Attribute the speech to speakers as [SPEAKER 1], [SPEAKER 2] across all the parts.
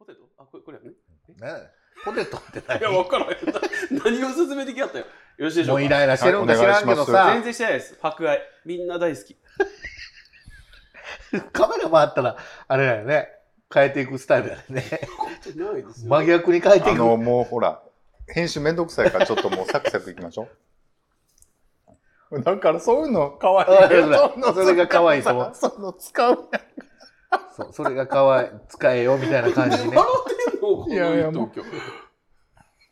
[SPEAKER 1] これやね。
[SPEAKER 2] ねポテトって何
[SPEAKER 1] いや、わからん。 何を勧めてきやったよ。よろしいでし
[SPEAKER 2] も
[SPEAKER 1] ょ
[SPEAKER 2] う
[SPEAKER 1] う
[SPEAKER 2] イ
[SPEAKER 1] か。
[SPEAKER 2] ライラしてるんか
[SPEAKER 3] はい
[SPEAKER 2] 知らんけど
[SPEAKER 3] お
[SPEAKER 2] さ
[SPEAKER 1] 全、然してないです。博愛。みんな大好き。
[SPEAKER 2] カメラ回ったら、あれだよね。変えていくスタイルだよね。
[SPEAKER 1] ないですよ。
[SPEAKER 2] 真逆に変えて
[SPEAKER 3] あ
[SPEAKER 2] いく。
[SPEAKER 3] の、もうほら、編集めんどくさいから、ちょっともうサクサクいきましょ う。だからそういうのかわいいよ。ういうの
[SPEAKER 2] それが可愛いと思う
[SPEAKER 3] その使うや
[SPEAKER 2] そうそれが可愛い、使えよみたいな感じ
[SPEAKER 1] 笑っ
[SPEAKER 2] ね。
[SPEAKER 1] てんのこの
[SPEAKER 3] いやいやもう
[SPEAKER 1] 東京。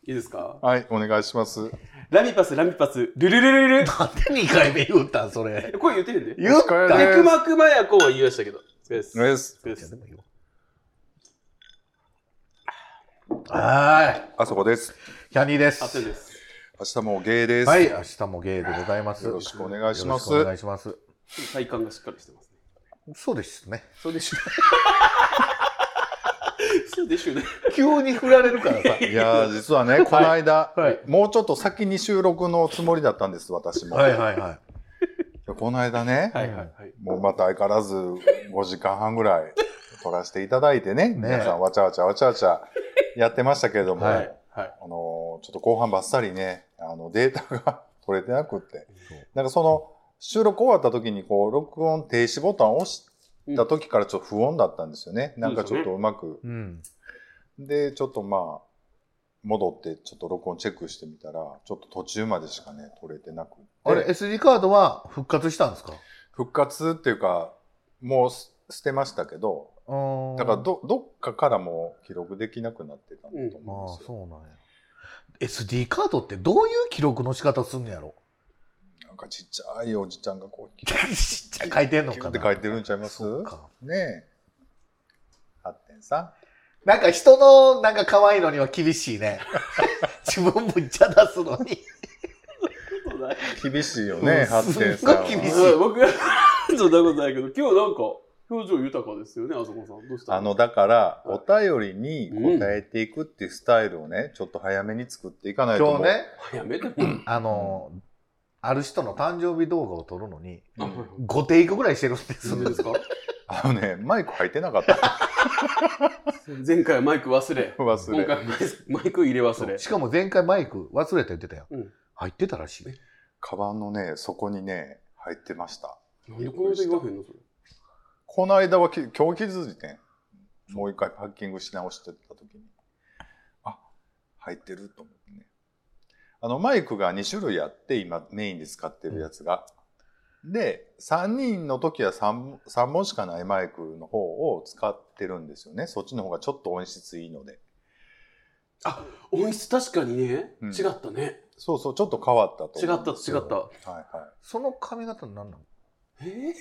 [SPEAKER 1] いいですか
[SPEAKER 3] んはい、お願いします。
[SPEAKER 1] ラミパス、ラミパス、ルルルルルル。
[SPEAKER 2] なんで2回目言ったんそれ。
[SPEAKER 1] これ言ってるんで。
[SPEAKER 2] 言った
[SPEAKER 3] お疲れ
[SPEAKER 2] だ
[SPEAKER 3] 様
[SPEAKER 2] け
[SPEAKER 3] で
[SPEAKER 1] クマクマヤコは言いましたけど。です。
[SPEAKER 3] です。
[SPEAKER 1] です。
[SPEAKER 2] は
[SPEAKER 3] あそこです。
[SPEAKER 2] い。キャニーで
[SPEAKER 1] あて
[SPEAKER 2] す。
[SPEAKER 1] です。
[SPEAKER 3] 明日も芸です。
[SPEAKER 2] はい。明日もゲイでございます。
[SPEAKER 3] よろしくお願いします
[SPEAKER 2] よろくお願いします。
[SPEAKER 1] 体感がしっかりしてますね。
[SPEAKER 2] そうですね。
[SPEAKER 1] そうでしょ。そうでしょね。
[SPEAKER 2] 急に振られるか らさ。
[SPEAKER 3] いやー、実はね、この間、
[SPEAKER 2] はい。
[SPEAKER 3] もうちょっと先に収録のつもりだったんです、私も。
[SPEAKER 2] はいはいは
[SPEAKER 3] この間ね、
[SPEAKER 1] はいはいはい。
[SPEAKER 3] もうまた相変わらず5時間半ぐらい撮らせていただいてね、皆さんわちゃわちゃわちゃわちゃやってましたけれども、
[SPEAKER 2] は
[SPEAKER 1] はいいはい。
[SPEAKER 3] あのーちょっと後半ばっさりね、あのデータが取れてなくって
[SPEAKER 2] そう、
[SPEAKER 3] なんかその収録終わった時にこう録音停止ボタンを押した時からちょっと不穏だったんですよね。なんかちょっとうまく。
[SPEAKER 2] い。うん。
[SPEAKER 3] で、ちょっとまあ、戻ってちょっと録音チェックしてみたら、ちょっと途中までしかね、取れてなくって。
[SPEAKER 2] あれ、SD カードは復活したんですか
[SPEAKER 3] 復活っていうか、もうす捨てましたけど、
[SPEAKER 2] だ
[SPEAKER 3] だからどどっかからもう記録できなくなってたんだと
[SPEAKER 2] ま
[SPEAKER 3] 思
[SPEAKER 2] あ
[SPEAKER 3] うんですよ。
[SPEAKER 2] そうなんや SD カードってどういう記録の仕方すんのや ろ
[SPEAKER 3] なんかちっちゃいおじちゃんがこう、キ
[SPEAKER 2] ち
[SPEAKER 3] ュ
[SPEAKER 2] っちゃい書いてんの
[SPEAKER 3] ッ
[SPEAKER 2] か
[SPEAKER 3] って
[SPEAKER 2] な
[SPEAKER 3] 書いてるんちゃいます
[SPEAKER 2] そうか
[SPEAKER 3] ねえ。発展さ
[SPEAKER 2] なんか人のなんか可愛いのには厳しいね 自分むっちゃ出すのに
[SPEAKER 1] そうだね
[SPEAKER 3] ん。厳しいよ
[SPEAKER 2] う
[SPEAKER 3] ね
[SPEAKER 2] ん、
[SPEAKER 3] 発展さんは。
[SPEAKER 2] すっごい厳しい
[SPEAKER 1] うん僕 は、そんなことないけど、今日なんか、表情豊かですよね、あそこさん。どうした
[SPEAKER 3] あの、だから、お便りに答えていくっていうスタイルをね、ちょっと早めに作っていかないと。
[SPEAKER 2] 今日。ね
[SPEAKER 1] やめても
[SPEAKER 2] あのーある人の誕生日動画を撮るのに
[SPEAKER 1] あ
[SPEAKER 2] 5テイクぐらいしてるんで
[SPEAKER 1] 全
[SPEAKER 2] す
[SPEAKER 1] 然ですか
[SPEAKER 3] あのね、マイク入ってなかった。
[SPEAKER 1] 前回はマイク忘れ。
[SPEAKER 3] 忘
[SPEAKER 1] 今
[SPEAKER 3] れ。
[SPEAKER 1] 回はマイクマイク入れ忘れ。
[SPEAKER 2] しかも前回マイク忘れて言ってたよ、
[SPEAKER 1] うん
[SPEAKER 2] 入ってたらしいね
[SPEAKER 3] カバンのね、底にね、入ってました。
[SPEAKER 1] なんでこの間言わへんのそれ。
[SPEAKER 3] この間はき今日気づいてんもう一回パッキングし直してた時にあ入ってると思ってねあのマイクが2種類あって今メインで使ってるやつが、で3人の時は 3, 3本しかないマイクの方を使ってるんですよねそっちの方がちょっと音質いいので
[SPEAKER 1] あ、音質確かにね、
[SPEAKER 3] うん
[SPEAKER 1] 違ったね。
[SPEAKER 3] そうそうちょっと変わったと
[SPEAKER 1] 違
[SPEAKER 3] 思
[SPEAKER 1] っ
[SPEAKER 3] うん
[SPEAKER 1] た、
[SPEAKER 3] ですよ
[SPEAKER 1] 違った。
[SPEAKER 3] はいはい
[SPEAKER 2] その髪型何なの
[SPEAKER 1] え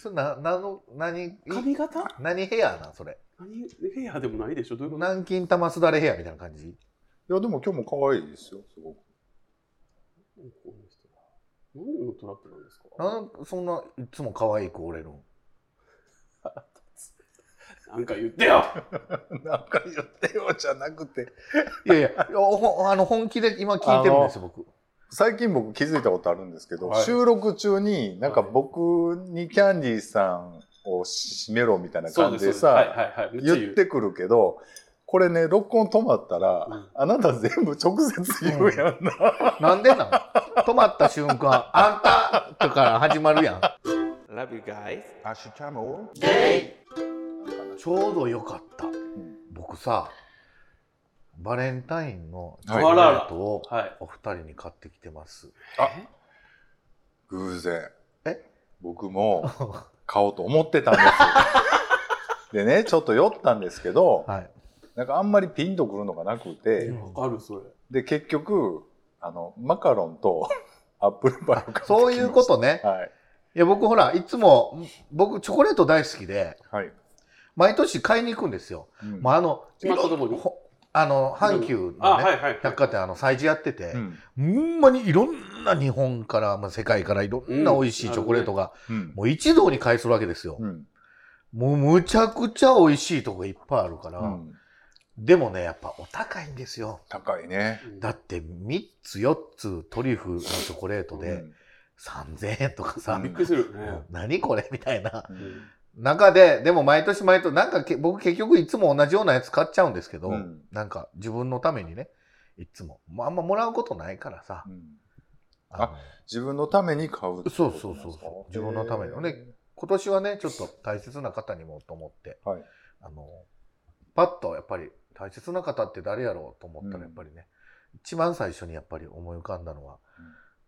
[SPEAKER 2] それな何の何
[SPEAKER 1] 髪型
[SPEAKER 2] 何ヘアなんそれ
[SPEAKER 1] 何ヘアでもないでしょどういうこと
[SPEAKER 2] 南京玉すだれヘアみたいな感じ
[SPEAKER 3] いやでも今日も可愛いですよすごく
[SPEAKER 1] この人は何のトラップなんですか
[SPEAKER 2] なんそんないつも可愛い子おれるん
[SPEAKER 1] なんか言ってよ
[SPEAKER 3] なんか言ってよじゃなくて
[SPEAKER 2] いやいや、ほんあの本気で今聞いてるんです、僕。
[SPEAKER 3] 最近僕気づいたことあるんですけど、
[SPEAKER 1] はい
[SPEAKER 3] 収録中になんか僕にキャンディーさんを締めろみたいな
[SPEAKER 1] そう
[SPEAKER 3] 感
[SPEAKER 1] で
[SPEAKER 3] じ
[SPEAKER 1] すそう
[SPEAKER 3] で
[SPEAKER 1] です
[SPEAKER 3] さ、
[SPEAKER 1] はいはいはいめっちゃ言
[SPEAKER 3] 言っ
[SPEAKER 1] う
[SPEAKER 3] てくるけどこれね録音止まったら、
[SPEAKER 1] うん
[SPEAKER 3] あなた全部直接言うやんな、
[SPEAKER 2] なんでなの止まった瞬間、あんたとか始まるやん。
[SPEAKER 1] Love you guys
[SPEAKER 3] アシュチャム
[SPEAKER 2] ちょうどよかった。
[SPEAKER 3] ん
[SPEAKER 2] 僕さ、バレンタインのチョ
[SPEAKER 3] はい
[SPEAKER 2] コレートを
[SPEAKER 1] はい
[SPEAKER 2] お二人に買ってきてます。
[SPEAKER 3] 偶然
[SPEAKER 2] え
[SPEAKER 3] 僕も買おうと思ってたんです よでねちょっと酔ったんですけど、
[SPEAKER 2] はい。
[SPEAKER 3] なんかあんまりピンとくるのがなくて、
[SPEAKER 2] うん
[SPEAKER 1] わかるそれ
[SPEAKER 3] で結局あのマカロ ンとアップルパイを買ってきました
[SPEAKER 2] そういうことね。
[SPEAKER 3] はい
[SPEAKER 2] いや、僕ほら、いつも、僕チョコレート大好きで、
[SPEAKER 3] はい、
[SPEAKER 2] 毎年買いに行くんですよ。
[SPEAKER 3] うん
[SPEAKER 2] まあ、あの、
[SPEAKER 1] 決まったとこに
[SPEAKER 2] ほあの、阪急
[SPEAKER 1] あ
[SPEAKER 2] の
[SPEAKER 1] はい
[SPEAKER 2] ね、
[SPEAKER 1] はい
[SPEAKER 2] 百貨店、あの、催事やってて、
[SPEAKER 3] うん
[SPEAKER 2] ほんまにいろんな日本から、まあ、世界からいろんな美味しいチョコレートが、
[SPEAKER 3] うん
[SPEAKER 2] もう一堂に会するわけですよ。
[SPEAKER 3] うん
[SPEAKER 2] もうむちゃくちゃ美味しいとこいっぱいあるから、
[SPEAKER 3] うん
[SPEAKER 2] でもね、やっぱお高いんですよ。
[SPEAKER 3] 高いね。
[SPEAKER 2] だって3つ4つトリュフのチョコレート
[SPEAKER 3] う
[SPEAKER 2] で
[SPEAKER 3] ん
[SPEAKER 2] 3000円とかさ、
[SPEAKER 3] う
[SPEAKER 1] びっくりするね
[SPEAKER 2] 何これみたいな。
[SPEAKER 3] うん
[SPEAKER 2] 中で、でも毎年毎年、なんかけ僕結局いつも同じようなやつ買っちゃうんですけど、
[SPEAKER 3] うん
[SPEAKER 2] なんか自分のためにね、いつも。まああんまもらうことないからさ。
[SPEAKER 3] うん
[SPEAKER 2] あの
[SPEAKER 3] 自分のために買うってことなんですか
[SPEAKER 2] そうそうそうそう自分のためのね。今年はね、ちょっと大切な方にもと思って、
[SPEAKER 3] はい
[SPEAKER 2] あの、パッとやっぱり大切な方って誰やろうと思った
[SPEAKER 3] うん
[SPEAKER 2] らやっぱりね、一番最初にやっぱり思い浮かんだのは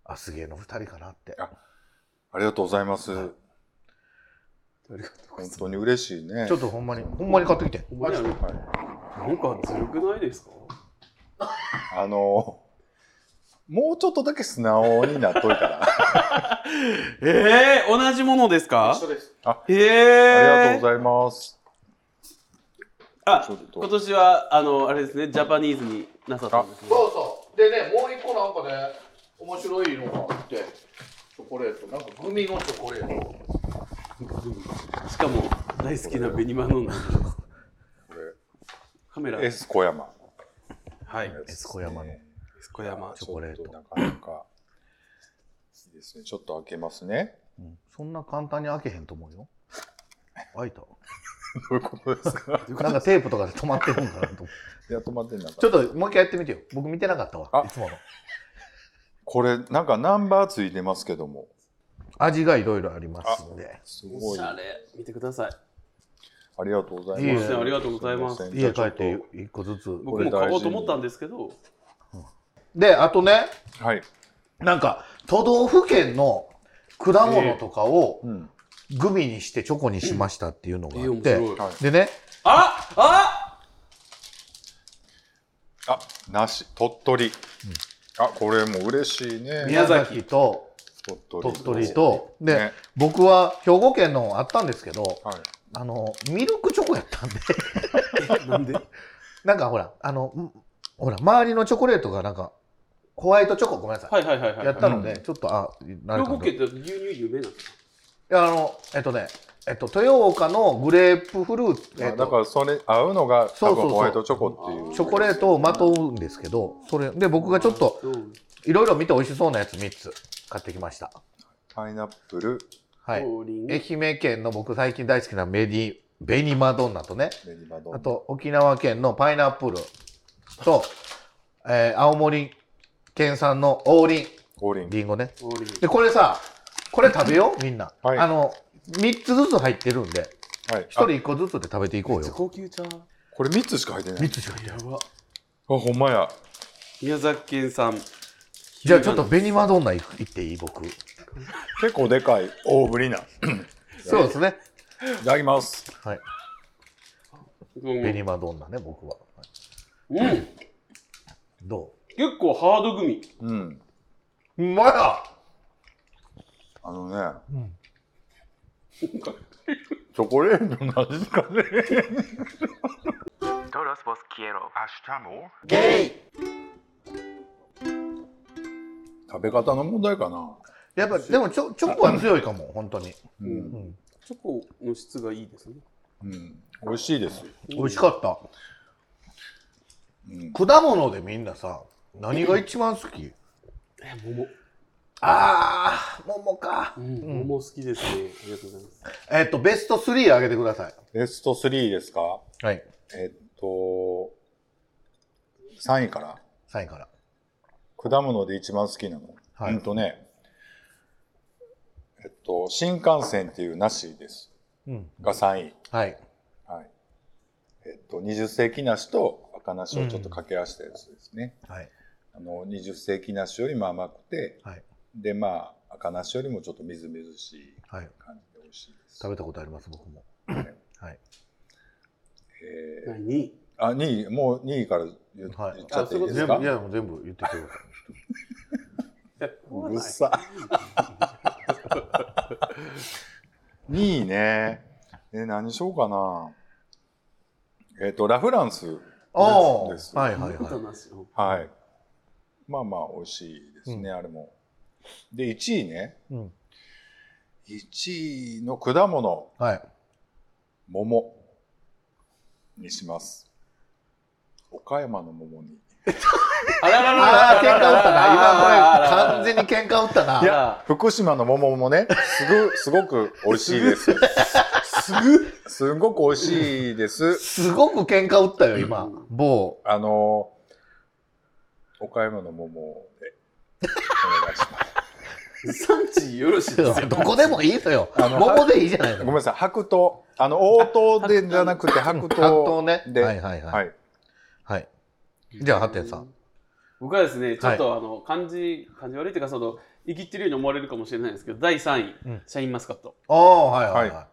[SPEAKER 3] うん、
[SPEAKER 2] アスゲーの二人かなって。
[SPEAKER 3] あありがとうございます。
[SPEAKER 2] はい
[SPEAKER 3] 本
[SPEAKER 1] ありがとうございます
[SPEAKER 3] 当に嬉しいね。
[SPEAKER 2] ちょっとほんまに、ほんまに買ってきて。
[SPEAKER 1] ほんまにあの
[SPEAKER 3] はい
[SPEAKER 1] なんかずるくないですか
[SPEAKER 3] あのもうちょっとだけ素直になっといたら
[SPEAKER 1] ええ同じものですか
[SPEAKER 2] です。
[SPEAKER 1] え
[SPEAKER 3] あ
[SPEAKER 1] え
[SPEAKER 3] りがとうございます。
[SPEAKER 1] あ
[SPEAKER 3] ちょっと
[SPEAKER 1] 今年はあのあれですねジャパニーズになさったんですね
[SPEAKER 2] そうそう。でね、もう一個なんかね、面白いのがあって、チョコレート、なんかグミのチョコレート。
[SPEAKER 1] しかも大好きな紅マノンの
[SPEAKER 3] これ
[SPEAKER 1] カメラ
[SPEAKER 3] エス小山の
[SPEAKER 1] はい
[SPEAKER 3] やつですね。
[SPEAKER 2] エス小山の
[SPEAKER 1] 小山
[SPEAKER 2] チョコレート
[SPEAKER 3] ちょっとなかなかいいですね。ちょっと開けますね。
[SPEAKER 2] うんそんな簡単に開けへんと思 うよ。開いた。
[SPEAKER 3] どういうことですか。
[SPEAKER 2] なんかテープとかで止まってるんかなと思う。
[SPEAKER 3] いや止まってんなかっ た
[SPEAKER 2] ちょっともう一回やってみてよ。僕見てなかったわ
[SPEAKER 3] あ。
[SPEAKER 2] いつもの。
[SPEAKER 3] これなんかナンバーついてますけども。
[SPEAKER 2] 味がいろいろありますんで。
[SPEAKER 3] す
[SPEAKER 1] お
[SPEAKER 3] ごい。
[SPEAKER 1] しゃ
[SPEAKER 3] あ
[SPEAKER 1] れ見てください
[SPEAKER 3] りがとうござい
[SPEAKER 2] いえい
[SPEAKER 3] ます。
[SPEAKER 2] え
[SPEAKER 1] ありがとうございます
[SPEAKER 3] み
[SPEAKER 2] 家
[SPEAKER 3] ま
[SPEAKER 2] 帰
[SPEAKER 3] せん
[SPEAKER 2] っ。
[SPEAKER 3] じゃ
[SPEAKER 2] て
[SPEAKER 3] あちょ
[SPEAKER 2] 一個ずつ。
[SPEAKER 1] 僕も買おうと思ったんですけど
[SPEAKER 2] で、あとね、
[SPEAKER 3] っとはい。
[SPEAKER 2] なんか都道府県の果物とかを
[SPEAKER 3] うん。
[SPEAKER 2] グミにしてチョコにしましたっていうのが
[SPEAKER 1] え
[SPEAKER 2] あ
[SPEAKER 1] え
[SPEAKER 2] っ
[SPEAKER 1] 面
[SPEAKER 2] て。
[SPEAKER 1] 白い
[SPEAKER 3] はい
[SPEAKER 2] でね、
[SPEAKER 1] ああ
[SPEAKER 3] あ、梨、鳥取。あ、これも嬉しいね。
[SPEAKER 1] 宮
[SPEAKER 2] 宮
[SPEAKER 1] 崎
[SPEAKER 2] 崎と
[SPEAKER 3] 鳥
[SPEAKER 2] 鳥
[SPEAKER 3] 取。
[SPEAKER 2] 取と、で、
[SPEAKER 3] ね
[SPEAKER 2] 僕は兵庫県のあったんですけど、
[SPEAKER 3] はい。
[SPEAKER 2] あの、ミルクチョコやったんで、
[SPEAKER 1] なんで
[SPEAKER 2] なんかほら、あの、んほら、周りのチョコレートがなんか、ホワイトチョコごめんなさい。
[SPEAKER 1] はいはいはいはい
[SPEAKER 2] やったので、
[SPEAKER 3] う
[SPEAKER 2] ちょっと、あ、な
[SPEAKER 1] 兵
[SPEAKER 2] るほ
[SPEAKER 1] 庫
[SPEAKER 2] ど。
[SPEAKER 1] 県っ
[SPEAKER 2] い
[SPEAKER 1] て牛乳有名なんですか
[SPEAKER 2] や、あの、えっとね、えっと、豊岡のグレープフルーツ、えっ
[SPEAKER 3] あだか
[SPEAKER 2] と、
[SPEAKER 3] らそれ合うのが
[SPEAKER 2] そ
[SPEAKER 3] 多
[SPEAKER 2] うそうそう
[SPEAKER 3] 分ホワイトチョコっていう
[SPEAKER 2] チョコレートをまとうんですけど、それ、で、僕がちょっと、
[SPEAKER 1] うん
[SPEAKER 2] いろいろ見て美味しそうなやつ3つ買ってきました。
[SPEAKER 3] パイナップル
[SPEAKER 2] はい。
[SPEAKER 1] 王林
[SPEAKER 2] 愛媛県の僕最近大好きなメディ、ベニマドンナとね、
[SPEAKER 3] メリマドン
[SPEAKER 2] あと沖縄県のパイナップルと、えー青森県産の王林
[SPEAKER 3] オーリン
[SPEAKER 2] りんごね
[SPEAKER 1] 王林
[SPEAKER 2] でこれさこれ食べよう みんな、
[SPEAKER 3] はい
[SPEAKER 2] あの3つずつ入ってるんで
[SPEAKER 3] は
[SPEAKER 2] 1
[SPEAKER 3] いあ
[SPEAKER 2] 人1個ずつで食べていこうよ
[SPEAKER 1] 高級茶
[SPEAKER 3] これ3つしか入ってない
[SPEAKER 2] 3つしか入ってない
[SPEAKER 1] ば
[SPEAKER 3] あほんまや
[SPEAKER 1] 宮崎県産
[SPEAKER 2] じゃあちょっと紅マドンナいくいっていい僕
[SPEAKER 3] 結構でかい大ぶりない
[SPEAKER 2] そうですね
[SPEAKER 3] ただきます
[SPEAKER 2] はい
[SPEAKER 1] うん
[SPEAKER 2] 紅マドンナね僕ははい
[SPEAKER 1] うん
[SPEAKER 2] ど
[SPEAKER 1] 結構ハードグミ
[SPEAKER 3] うん
[SPEAKER 2] ううまや、
[SPEAKER 3] あのね
[SPEAKER 2] うん、
[SPEAKER 3] チョコレートの味かね
[SPEAKER 4] Todos vos quiero.
[SPEAKER 2] ゲイ
[SPEAKER 3] 食べ方の問題かな
[SPEAKER 2] やっぱでもチョチョコは強いかも本当に、
[SPEAKER 3] う、
[SPEAKER 2] うんん、
[SPEAKER 1] チョコの質がいいですね
[SPEAKER 3] うん、美味しいですよ
[SPEAKER 2] 美味しかった
[SPEAKER 3] うん
[SPEAKER 2] 果物でみんなさ何が一番好き
[SPEAKER 1] え桃
[SPEAKER 2] ああ桃か
[SPEAKER 1] うん桃好きですねありがとうございます
[SPEAKER 2] えっ、とベスト3あげてください
[SPEAKER 3] ベスト3ですか
[SPEAKER 2] はい
[SPEAKER 3] えっと3位から
[SPEAKER 2] 3位から
[SPEAKER 3] 果物で一番好きなの、
[SPEAKER 2] はい
[SPEAKER 3] うんとねえっと新幹線っていう梨です
[SPEAKER 2] うん
[SPEAKER 3] が3位
[SPEAKER 2] はい
[SPEAKER 3] はいえっと20世紀梨と赤梨をちょっと掛け合わせたやつですね、
[SPEAKER 2] はい
[SPEAKER 3] あの20世紀梨よりも甘くて、
[SPEAKER 2] はい
[SPEAKER 3] でまあ赤梨よりもちょっとみずみずしい
[SPEAKER 2] はい
[SPEAKER 3] 感じで美味しいです
[SPEAKER 2] 食べたことあります僕も
[SPEAKER 3] えー
[SPEAKER 1] 第2位
[SPEAKER 3] あ2位もう2位から言,、
[SPEAKER 2] はい
[SPEAKER 3] 言っちゃっていいです
[SPEAKER 2] 全
[SPEAKER 3] か
[SPEAKER 2] 部いやもう全部言ってくださ
[SPEAKER 3] うるさ。2位ね。え、何しようかな。えっ、と、ラ・フランスです。
[SPEAKER 2] おー
[SPEAKER 3] です
[SPEAKER 2] はい
[SPEAKER 1] はいはい
[SPEAKER 3] はい。まあまあ、美味しいですね、
[SPEAKER 2] う
[SPEAKER 3] あれも。で、1位ね。
[SPEAKER 2] い、うん、
[SPEAKER 3] 1位の果物、
[SPEAKER 2] はい
[SPEAKER 3] 桃にします。岡山の桃に。
[SPEAKER 1] あららら
[SPEAKER 2] ああ喧嘩打ったな今これ完
[SPEAKER 1] に
[SPEAKER 2] 全に喧嘩打ったない
[SPEAKER 1] や
[SPEAKER 3] 福島の桃もね、すごすごく美味しいです。す
[SPEAKER 1] すぐ
[SPEAKER 3] すんごく美味しいです。
[SPEAKER 2] すごく喧嘩売ったよ、今。某。
[SPEAKER 3] あの、岡山の桃 でお願いします。
[SPEAKER 1] 産地よろしいですか
[SPEAKER 2] どこでもいいのよ。
[SPEAKER 3] あの
[SPEAKER 2] 桃でいいじゃない
[SPEAKER 3] ご
[SPEAKER 2] の。
[SPEAKER 3] めんなさい、白桃。あの、応答でじゃなくて白
[SPEAKER 2] 白桃
[SPEAKER 3] 桃。
[SPEAKER 2] ね。
[SPEAKER 3] で
[SPEAKER 2] はいはいはい。
[SPEAKER 3] はい。
[SPEAKER 2] はい。じゃあ、ハッテンさん。
[SPEAKER 1] 僕はですねちょっとあの感じ感じ悪いというかその生きってるように思われるかもしれないんですけど第3位、
[SPEAKER 2] うん
[SPEAKER 1] シャインマスカット
[SPEAKER 2] ああ、はいはい
[SPEAKER 3] は
[SPEAKER 2] はい。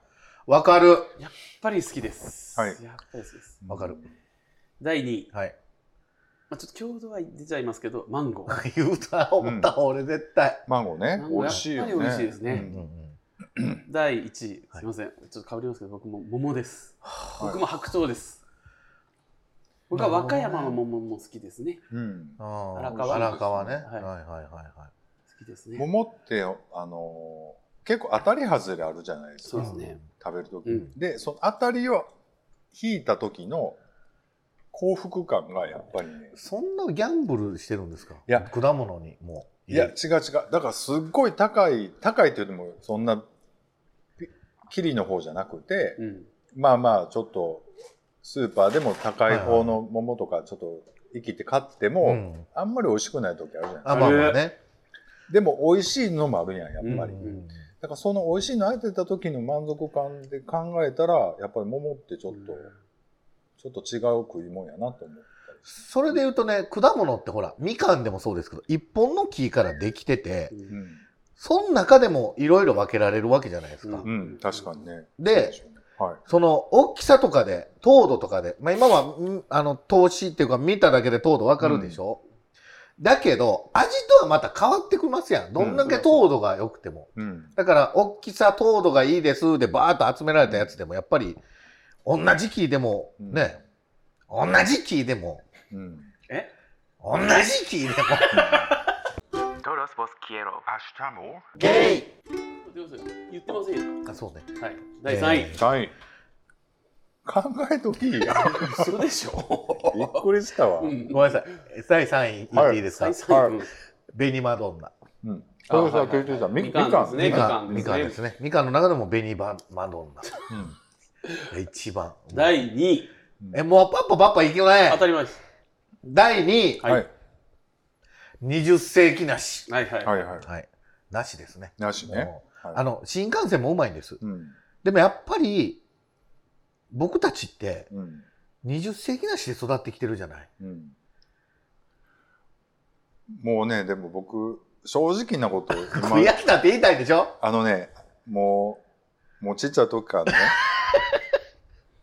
[SPEAKER 2] わかる。
[SPEAKER 1] やっぱり好きです、
[SPEAKER 3] はい
[SPEAKER 1] やっぱり好きです
[SPEAKER 2] わかる。
[SPEAKER 1] 第2位、
[SPEAKER 2] はい。
[SPEAKER 1] まあ、ちょっと郷土は出ちゃいますけどマンゴー
[SPEAKER 2] 言うた、思った、俺絶対。
[SPEAKER 3] マンゴーね
[SPEAKER 1] マン。ゴー
[SPEAKER 3] 美味しいよね。
[SPEAKER 1] やっぱり美味しいですね
[SPEAKER 2] う
[SPEAKER 3] うん
[SPEAKER 2] うんん
[SPEAKER 1] 第1位す
[SPEAKER 2] はい
[SPEAKER 1] いませんちょっと変わりますけど僕も桃です僕も白桃です僕は和歌山の桃も好きですね
[SPEAKER 3] うん。
[SPEAKER 2] うん。
[SPEAKER 1] 荒
[SPEAKER 2] 川
[SPEAKER 1] 川
[SPEAKER 2] 荒川ね。は
[SPEAKER 1] はいい
[SPEAKER 2] はいはいは
[SPEAKER 1] 好きですね
[SPEAKER 3] 桃って、あの、結構当たり外れあるじゃないです
[SPEAKER 1] そう
[SPEAKER 3] か
[SPEAKER 1] で。す
[SPEAKER 2] い。
[SPEAKER 1] ね
[SPEAKER 3] 食べるとき、
[SPEAKER 1] うん
[SPEAKER 3] で、その当たりを引いた時の幸福感がやっぱりね。
[SPEAKER 2] そんなギャンブルしてるんですか
[SPEAKER 3] いや
[SPEAKER 2] 果物にもう。
[SPEAKER 3] いや、違う違う。だからすっごい高い、高いというのもそんな、ピキリの方じゃなくて、
[SPEAKER 1] うん
[SPEAKER 3] まあまあ、ちょっと、スーパーでも高い方の桃とか、ちょっと生きて買っても、
[SPEAKER 2] うん。
[SPEAKER 3] あんまり美味しくない時あるじゃないですか。
[SPEAKER 2] あ、まあまあね。
[SPEAKER 3] でも美味しいのもあるやん、やっぱり。
[SPEAKER 1] うん
[SPEAKER 3] だからその美味しいの当てた時の満足感で考えたら、やっぱり桃ってちょっと、ちょっと違う食い物やなと思う。
[SPEAKER 2] それで言うとね、果物ってほら、みかんでもそうですけど、一本の木からできてて、
[SPEAKER 1] うん
[SPEAKER 3] うん。
[SPEAKER 2] その中でもいろいろ分けられるわけじゃないですか。
[SPEAKER 1] うん
[SPEAKER 3] 確かにね。
[SPEAKER 2] で、
[SPEAKER 3] そうしょうねはい。
[SPEAKER 2] その大きさとかで、糖度とかで、まあ今は、うんあの、投資っていうか見ただけで糖度わかるでしょ、だけど、味とはまた変わってきますやん。どんだけ糖度が良くても。
[SPEAKER 3] うん。
[SPEAKER 2] だから、大きさ、糖度がいいですで、バーッと集められたやつでも、やっぱり、同じ木でも、ね、同じ木でも、
[SPEAKER 3] うん。
[SPEAKER 2] 同じ木でも、
[SPEAKER 4] Todos vos quiero.
[SPEAKER 2] ゲイ
[SPEAKER 1] どうせ言ってませんよ
[SPEAKER 2] あ、そうね。
[SPEAKER 1] はい第3位、
[SPEAKER 2] え
[SPEAKER 3] はい。考えとき、びっ
[SPEAKER 1] 嘘でしょ、
[SPEAKER 3] くりしたわ。
[SPEAKER 1] う
[SPEAKER 3] うん。
[SPEAKER 1] ん、
[SPEAKER 2] ごめんなさい。第3位言っていいですか、
[SPEAKER 1] 第3位、うん
[SPEAKER 2] ベニマドンナ。
[SPEAKER 3] この人は聞いてた。みみ
[SPEAKER 1] み
[SPEAKER 3] か
[SPEAKER 1] か
[SPEAKER 3] ん
[SPEAKER 1] ん
[SPEAKER 3] か
[SPEAKER 1] です
[SPEAKER 3] ん。
[SPEAKER 1] ね
[SPEAKER 2] みかん、み
[SPEAKER 1] み
[SPEAKER 2] か
[SPEAKER 1] か
[SPEAKER 2] ん
[SPEAKER 1] ん
[SPEAKER 2] で
[SPEAKER 1] ですす
[SPEAKER 2] ね。みかんの中でもベニバマドンナ
[SPEAKER 3] うん。
[SPEAKER 2] が一番。
[SPEAKER 1] 第2位
[SPEAKER 2] え、もうパッパパッパいけな
[SPEAKER 1] 当
[SPEAKER 2] い。
[SPEAKER 1] たり前です
[SPEAKER 2] 第2位、
[SPEAKER 1] はい
[SPEAKER 3] はい。
[SPEAKER 2] 20世紀なし。
[SPEAKER 1] はいはい、
[SPEAKER 3] はいはい。
[SPEAKER 2] はい。なしですね。
[SPEAKER 3] なしね。
[SPEAKER 2] もう
[SPEAKER 3] はい
[SPEAKER 2] あの、新幹線もうまいんです。
[SPEAKER 3] うん。
[SPEAKER 2] でもやっぱり、僕たちって
[SPEAKER 3] うん。
[SPEAKER 2] 20世紀なしで育ってきてるじゃない。
[SPEAKER 3] うん。もうね、でも僕、正直なこと、
[SPEAKER 2] 悔
[SPEAKER 3] 今、
[SPEAKER 2] しいなって言いたいでしょ
[SPEAKER 3] あのね、もう、もうちっちゃい時からね、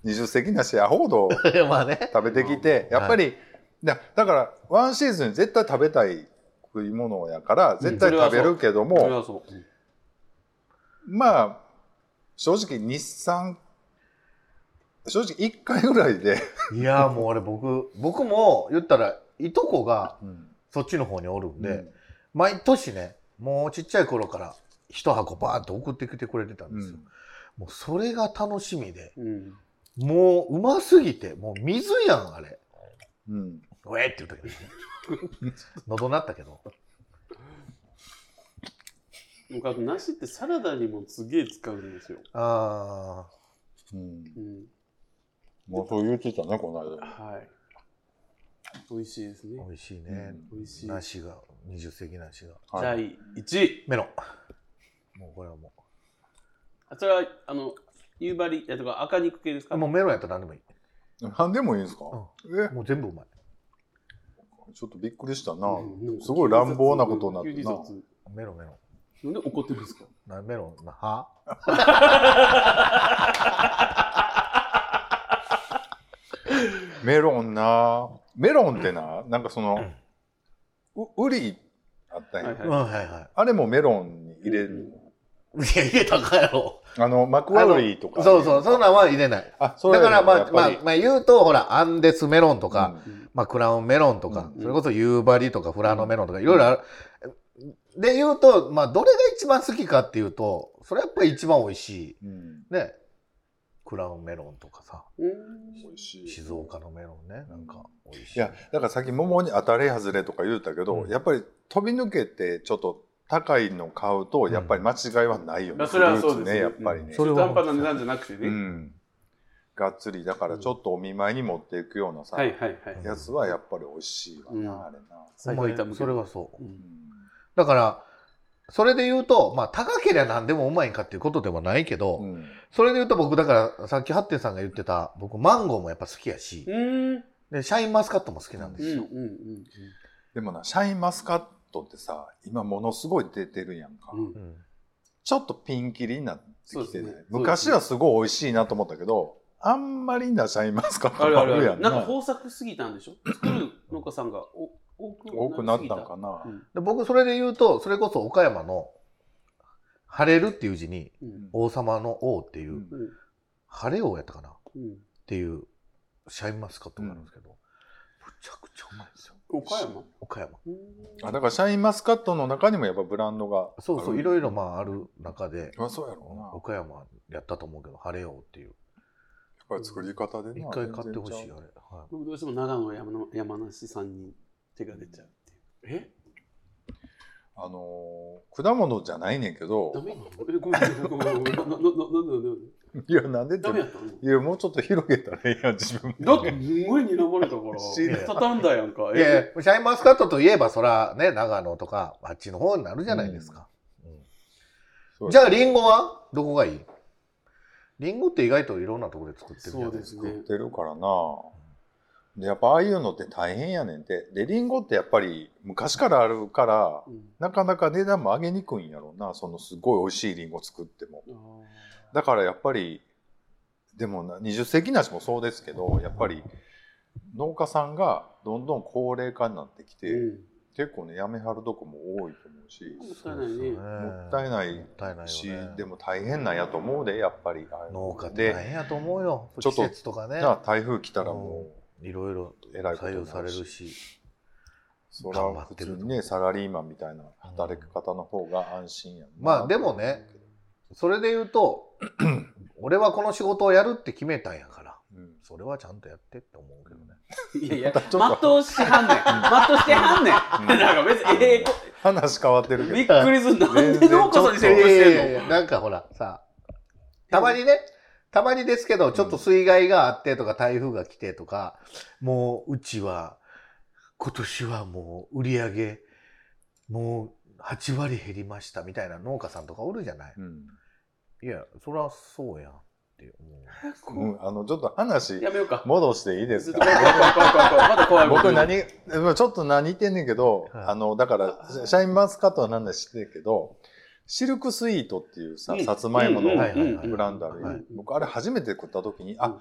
[SPEAKER 3] 20世紀なし、アホほど
[SPEAKER 2] まあね。
[SPEAKER 3] 食べてきて、やっぱり、だだから、ワンシーズンに絶対食べたい食い物やから、絶対食べるけども、
[SPEAKER 1] これはそう
[SPEAKER 3] まあ、正直、日産、正直1回ぐらいで、
[SPEAKER 2] いや、もう俺僕、僕も言ったら、いとこが
[SPEAKER 3] うん
[SPEAKER 2] そっちの方におるんで、毎年ね、もうちっちゃい頃から一箱バーって送ってきてくれてたん
[SPEAKER 3] う
[SPEAKER 2] ですよ。
[SPEAKER 3] ん
[SPEAKER 2] もうそれが楽しみで、
[SPEAKER 1] うん
[SPEAKER 2] もううますぎて、もう水やん、あれ。
[SPEAKER 3] うん、
[SPEAKER 2] ウえって言う時に 喉なったけど。
[SPEAKER 1] 僕あと梨ってサラダにもすげえ使うんですよ、
[SPEAKER 2] あ
[SPEAKER 3] うん、
[SPEAKER 1] うん、
[SPEAKER 3] もうそう言ってたね、この間。
[SPEAKER 1] はい美味しいです
[SPEAKER 2] あ、
[SPEAKER 1] ね
[SPEAKER 2] 美味しいね。
[SPEAKER 1] 美味しい
[SPEAKER 2] 梨が、20世紀梨が。
[SPEAKER 3] はい
[SPEAKER 1] 第1位
[SPEAKER 2] メロン。もうこれはも
[SPEAKER 1] あそれはあの夕張いやとか赤肉系です
[SPEAKER 2] う。
[SPEAKER 1] か
[SPEAKER 2] あもうメロンやったら何でもいい。
[SPEAKER 3] 何でもいいんですか、
[SPEAKER 2] もう全部うまい。
[SPEAKER 3] え、ちょっとびっくりしたな。
[SPEAKER 1] うん
[SPEAKER 3] すごい乱暴なことになってるな
[SPEAKER 1] 急自殺
[SPEAKER 2] メロンメロ
[SPEAKER 1] なんで怒ってるんですか
[SPEAKER 2] ン。なメロン、な、は
[SPEAKER 3] メロンな。メロンってな、なんかその、う、ウリあったんや、
[SPEAKER 1] はいは
[SPEAKER 2] うん、はいは
[SPEAKER 3] あれもメロンに入れる。
[SPEAKER 2] い。いや、入れたらあかんやろ。
[SPEAKER 3] あの、マクワウリーとか、
[SPEAKER 2] そうそう、そん
[SPEAKER 3] な。
[SPEAKER 2] なんは入れない。
[SPEAKER 3] あ、それ
[SPEAKER 2] だからまあ、まあ
[SPEAKER 3] あ、、
[SPEAKER 2] まあ言うと、ほら、アンデスメロンとか、
[SPEAKER 1] うん
[SPEAKER 2] まあクラウンメロンとか、
[SPEAKER 1] うん
[SPEAKER 2] それこそ夕張とかフラノメロンとか、いろいろある。で言うと、まあどれが一番好きかっていうと、それやっぱり一番美味し
[SPEAKER 3] うん。うん
[SPEAKER 2] い。ね。クラウンメロンとかさ、
[SPEAKER 1] うん
[SPEAKER 3] 美味しい。
[SPEAKER 2] 静岡のメロンね、なんか美味しい。
[SPEAKER 3] いや、だからさっき桃に当たれ外れとか言うたけど、
[SPEAKER 2] うん
[SPEAKER 3] やっぱり飛び抜けてちょっと高いの買うとやっぱり間違いはないよね、
[SPEAKER 1] うんそれはそう
[SPEAKER 3] フルー
[SPEAKER 1] ですね
[SPEAKER 3] ツねやっぱりね、
[SPEAKER 2] それ
[SPEAKER 1] 中途
[SPEAKER 2] は
[SPEAKER 1] 半端な値段じゃなくて
[SPEAKER 3] う
[SPEAKER 1] ね、
[SPEAKER 3] ん、がっつりだからちょっとお見舞いに持っていくようなさ、
[SPEAKER 1] はいはいはい
[SPEAKER 3] やつはやっぱり美味しいわな、
[SPEAKER 1] うん
[SPEAKER 3] あれな、
[SPEAKER 1] 最後痛むけど
[SPEAKER 2] それはそううんだからそれで言うとまあ高けりゃ何でもうまいんかっていうことではないけど、
[SPEAKER 3] うん
[SPEAKER 2] それで言うと僕だからさっきハッテンさんが言ってた僕マンゴーもやっぱ好きやし
[SPEAKER 1] う、ん
[SPEAKER 2] でシャインマスカットも好きなんで
[SPEAKER 1] うん
[SPEAKER 2] す
[SPEAKER 1] うんう
[SPEAKER 2] よ、
[SPEAKER 1] ん
[SPEAKER 3] でもなシャインマスカットってさ今ものすごい出てるやんか、
[SPEAKER 1] うん
[SPEAKER 2] うん
[SPEAKER 3] ちょっとピンキリになってき
[SPEAKER 1] そうで
[SPEAKER 3] て
[SPEAKER 1] す
[SPEAKER 3] な
[SPEAKER 1] ね
[SPEAKER 3] い、昔はすごい美味しいなと思ったけどあんまりなシャインマスカット
[SPEAKER 1] ある
[SPEAKER 3] も
[SPEAKER 1] あ
[SPEAKER 3] あ
[SPEAKER 1] るあ
[SPEAKER 3] るや
[SPEAKER 1] る
[SPEAKER 3] ん
[SPEAKER 1] なんか
[SPEAKER 3] な
[SPEAKER 1] 豊作すぎたんでしょ作る農家さんがお多く
[SPEAKER 3] 多くなったんかな、
[SPEAKER 1] うん
[SPEAKER 2] で僕それで言うとそれこそ岡山の「晴れる」っていう字に
[SPEAKER 1] うん
[SPEAKER 2] 王様の王っていう、
[SPEAKER 3] うん
[SPEAKER 1] うん
[SPEAKER 2] 晴れ王やったかなっ
[SPEAKER 1] うん
[SPEAKER 2] ていうシャインマスカットがあるんですけど、むちゃくちゃうまいんですよ
[SPEAKER 1] 岡山
[SPEAKER 2] 岡山
[SPEAKER 3] あだからシャインマスカットの中にもやっぱブランドが
[SPEAKER 2] そうそうい
[SPEAKER 3] い
[SPEAKER 2] ろいろまあある中で
[SPEAKER 3] ろあそうやろうなやっ
[SPEAKER 2] 岡山やったと思うけど晴れ王っていう
[SPEAKER 3] ぱり作り方でな
[SPEAKER 2] 一回買ってほしいあれ、は
[SPEAKER 1] 僕どうしても長野山の山梨さんに手が出ちゃうっていうえ
[SPEAKER 3] あのー果物じゃないねんけど
[SPEAKER 1] ダメえごめんごめんごめんごめんななななんでなんで
[SPEAKER 3] いやなんでって
[SPEAKER 1] ダメやったの
[SPEAKER 3] いやもうちょっと広げたらええやん自分
[SPEAKER 1] だってすごい睨まれたか
[SPEAKER 3] 知ら
[SPEAKER 1] ら畳んだやんか
[SPEAKER 2] い、いや
[SPEAKER 1] え
[SPEAKER 2] いやシャインマスカットといえばそらね長野とかあっちの方になるじゃないですか、
[SPEAKER 3] そう
[SPEAKER 2] じゃあリンゴはどこがいいリンゴって意外といろんなところで作ってるじゃ
[SPEAKER 1] そ
[SPEAKER 2] な
[SPEAKER 1] う
[SPEAKER 2] いで
[SPEAKER 1] です
[SPEAKER 2] か
[SPEAKER 1] す
[SPEAKER 3] 作っ
[SPEAKER 1] ね
[SPEAKER 3] てるからなでやっぱああいうのって大変やねんてでリンゴってやっぱり昔からあるから
[SPEAKER 1] うん
[SPEAKER 3] なかなか値段も上げにくいんやろうなそのすごい美味しいリンゴ作っても
[SPEAKER 1] あ
[SPEAKER 3] だからやっぱりでもな20世紀梨もそうですけどやっぱり農家さんがどんどん高齢化になってきて、
[SPEAKER 1] ーうん
[SPEAKER 3] 結構ねやめはるとこも多いと思うし、
[SPEAKER 1] もったいう
[SPEAKER 2] そ
[SPEAKER 1] ない
[SPEAKER 2] です
[SPEAKER 1] ね
[SPEAKER 2] よね
[SPEAKER 3] もったいない
[SPEAKER 2] もったいない
[SPEAKER 3] し、
[SPEAKER 2] よね
[SPEAKER 3] でも大変なんやと思うでやっぱりああいうの
[SPEAKER 2] 農家って大変やと思うよ
[SPEAKER 3] ちょ
[SPEAKER 2] 季
[SPEAKER 3] っと
[SPEAKER 2] 節とかね
[SPEAKER 3] じゃあ台風来たらもう
[SPEAKER 2] いろいろ
[SPEAKER 3] えらいこと
[SPEAKER 2] 左右
[SPEAKER 3] にな
[SPEAKER 2] さ
[SPEAKER 3] る
[SPEAKER 2] れ
[SPEAKER 3] し
[SPEAKER 2] るし
[SPEAKER 3] それは普通にねサラリーマンみたいな働き方の方が安心やんな
[SPEAKER 2] まあでもねそれで言う と俺はこの仕事をやるって決めたんやから
[SPEAKER 3] うん
[SPEAKER 2] それはちゃんとやってって思うけどね
[SPEAKER 1] いやいや
[SPEAKER 3] またちょっと
[SPEAKER 1] 全うしてはんねん全うしてはんね
[SPEAKER 3] うん
[SPEAKER 1] んなんか別にええこ
[SPEAKER 3] 話変わってる
[SPEAKER 1] び
[SPEAKER 3] け
[SPEAKER 1] っくりするなんで農家さんに説教し
[SPEAKER 2] いや
[SPEAKER 1] て
[SPEAKER 2] い
[SPEAKER 1] ん
[SPEAKER 2] や
[SPEAKER 1] の
[SPEAKER 2] いやなんかほらさたまにねたまにですけどちょっと水害があってとか台風が来てとかもううちは今年はもう売り上げもう8割減りましたみたいな農家さんとかおるじゃない
[SPEAKER 3] ど、うん
[SPEAKER 2] いやそりゃそうやんって思う
[SPEAKER 3] うんあのちょっと話
[SPEAKER 1] やめようか
[SPEAKER 3] 戻していいですか
[SPEAKER 1] 怖い怖い怖い怖い怖いまだ怖い
[SPEAKER 3] 僕何、ちょっと何言ってんねんけど、
[SPEAKER 2] はい
[SPEAKER 3] あの、だから、シシャインマスカットは何だか知ってるけど、シルクスイートっていうさ
[SPEAKER 1] う、ん
[SPEAKER 3] さつまいもの
[SPEAKER 1] うん
[SPEAKER 2] はいはいはい
[SPEAKER 3] ブランドあるやん
[SPEAKER 2] はい
[SPEAKER 3] 僕、あれ初めて食った時に、
[SPEAKER 1] う
[SPEAKER 3] あ
[SPEAKER 1] ん、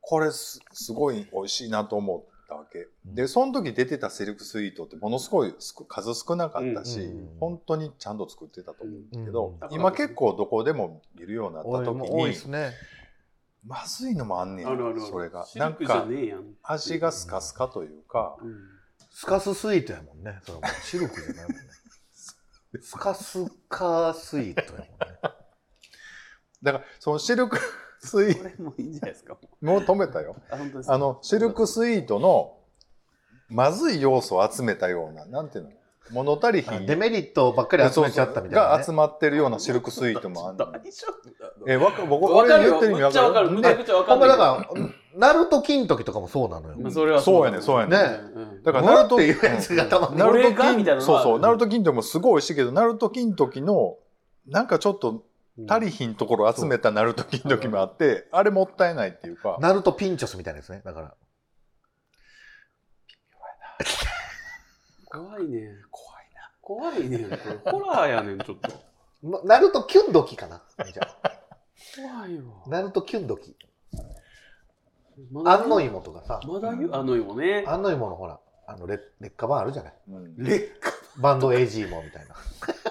[SPEAKER 3] これすすごい美味しいなと思ったわけ。
[SPEAKER 2] うん
[SPEAKER 3] で、その時出てたシルクスイートってものすごい少数少なかったし
[SPEAKER 2] うんうん、
[SPEAKER 3] 本当にちゃんと作ってたと思うんだけど
[SPEAKER 1] う、ん
[SPEAKER 3] 今結構どこでも見るようになった時
[SPEAKER 2] 多いです
[SPEAKER 3] に、
[SPEAKER 2] ね
[SPEAKER 3] まずいのもあんねん
[SPEAKER 1] あるあるある。
[SPEAKER 3] それが。
[SPEAKER 1] シ
[SPEAKER 3] な
[SPEAKER 1] ル
[SPEAKER 3] ん
[SPEAKER 1] クじゃ
[SPEAKER 3] か、
[SPEAKER 1] ねえやん。
[SPEAKER 3] 味がスカスカというか、
[SPEAKER 1] うん
[SPEAKER 2] スカススイートやもんね。それはもうシルクじゃないもんね。スカスカスイートやもんね。
[SPEAKER 3] だから、そのシルクスイー
[SPEAKER 1] これもいいんじゃないですか。
[SPEAKER 3] ト、もう止めたよ。
[SPEAKER 1] あ、本当ですか
[SPEAKER 3] あの、シルクスイートの、まずい要素を集めたような、なんていうの、物足りひ
[SPEAKER 2] あ
[SPEAKER 3] ん。
[SPEAKER 2] デメリットばっかり集めちゃったみたいな、ね。
[SPEAKER 3] が集まってるようなシルクスイートもあん の
[SPEAKER 1] 大丈夫
[SPEAKER 3] え、わか、僕、
[SPEAKER 1] わか
[SPEAKER 3] 俺
[SPEAKER 1] る
[SPEAKER 3] 言っ
[SPEAKER 1] よ。
[SPEAKER 3] てる意味
[SPEAKER 1] めっちゃわ
[SPEAKER 3] わ
[SPEAKER 1] か
[SPEAKER 3] か
[SPEAKER 1] る。
[SPEAKER 3] る。
[SPEAKER 1] むちゃ
[SPEAKER 3] ね
[SPEAKER 1] くちゃわか
[SPEAKER 2] ほん
[SPEAKER 1] る。
[SPEAKER 2] まだから、ナルト金時とかもそうなのよ。
[SPEAKER 1] まあ
[SPEAKER 2] ね
[SPEAKER 1] それは
[SPEAKER 3] そうやねそうやねだから、ナ
[SPEAKER 2] ナ
[SPEAKER 3] ル
[SPEAKER 2] ル
[SPEAKER 3] ト
[SPEAKER 2] トっていうやつがたまに
[SPEAKER 3] ナル
[SPEAKER 1] 俺
[SPEAKER 3] ト
[SPEAKER 1] が
[SPEAKER 3] 金
[SPEAKER 1] みたいなのは
[SPEAKER 3] そうそう、ナルト金時もすごい美味しいけど、ナルト金時の、なんかちょっと足りひんところを集めたナルト金時もあって、あれもったいないっていうか、
[SPEAKER 2] ナルトピンチョスみたいなやつね。だから。
[SPEAKER 1] 怖いね。怖いな。怖いねん。これホラーやねん、ちょっと。
[SPEAKER 2] まナルトキュンドキかな。じゃあ。
[SPEAKER 1] 怖いわ。
[SPEAKER 2] ナルトキュンドキ。
[SPEAKER 1] まだ
[SPEAKER 2] 安の芋とかさ。
[SPEAKER 1] まだ言うあの芋ね。
[SPEAKER 2] 安の芋のほら、あの、レ劣化版あるじゃない。
[SPEAKER 3] うん
[SPEAKER 1] 劣化。
[SPEAKER 2] バンドエイジーもみたい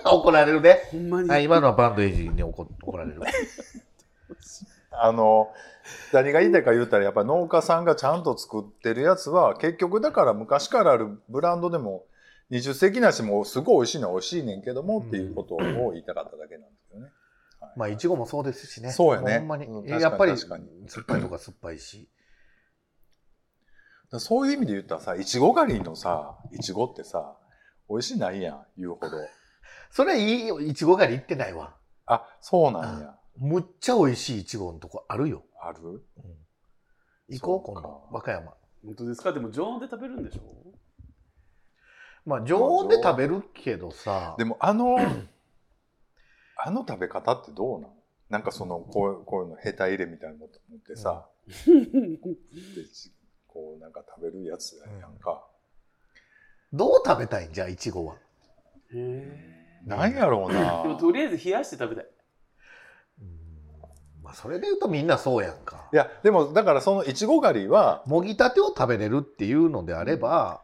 [SPEAKER 2] な。怒られるね。
[SPEAKER 1] ほんまに。
[SPEAKER 2] はい、今のはバンドエイジーに怒怒られる。
[SPEAKER 3] あの何が言いたいか言うたらやっぱり農家さんがちゃんと作ってるやつは結局だから昔からあるブランドでも20世紀梨もすごい美味しいのは美味しいねんけどもっていうことを言いたかっただけなんですよね。はい
[SPEAKER 2] まあ、いちごもそうですしね。
[SPEAKER 3] そうやね
[SPEAKER 2] ほんまに。
[SPEAKER 3] うん
[SPEAKER 2] やっぱり、
[SPEAKER 3] 確
[SPEAKER 2] 酸
[SPEAKER 3] か
[SPEAKER 2] っ
[SPEAKER 3] に確
[SPEAKER 2] ぱいとか酸っぱいし。
[SPEAKER 3] だからそういう意味で言ったらさいちご狩りのさいちごってさ美味しないやん言うほど
[SPEAKER 2] それいいよ、いちご狩り行ってないわ。
[SPEAKER 3] あ、そうなんや。
[SPEAKER 2] むっちゃ美味しいいちごのとこあるよ。
[SPEAKER 3] ある
[SPEAKER 2] 行こう、
[SPEAKER 3] そう
[SPEAKER 2] 今
[SPEAKER 3] か
[SPEAKER 2] 度。和歌山。
[SPEAKER 1] 本当ですかでも常温で食べるんでしょ
[SPEAKER 2] まあ、常温で食べるけどさ。
[SPEAKER 3] でも、あの、あの食べ方ってどうなのなんかその、こうこういうの、ヘタ入れみたいなのと思ってさ、でこうなんか食べるやつやんか。
[SPEAKER 2] どう食べたいんじゃ、いちごは。
[SPEAKER 1] へえ
[SPEAKER 3] なんやろうな
[SPEAKER 1] でもとりあえず冷やして食べたい
[SPEAKER 2] うんまあ、それで言うとみんなそうやんか
[SPEAKER 3] い。や、でも、だからその、いちご狩りは、
[SPEAKER 2] もぎたてを食べれるっていうのであれば、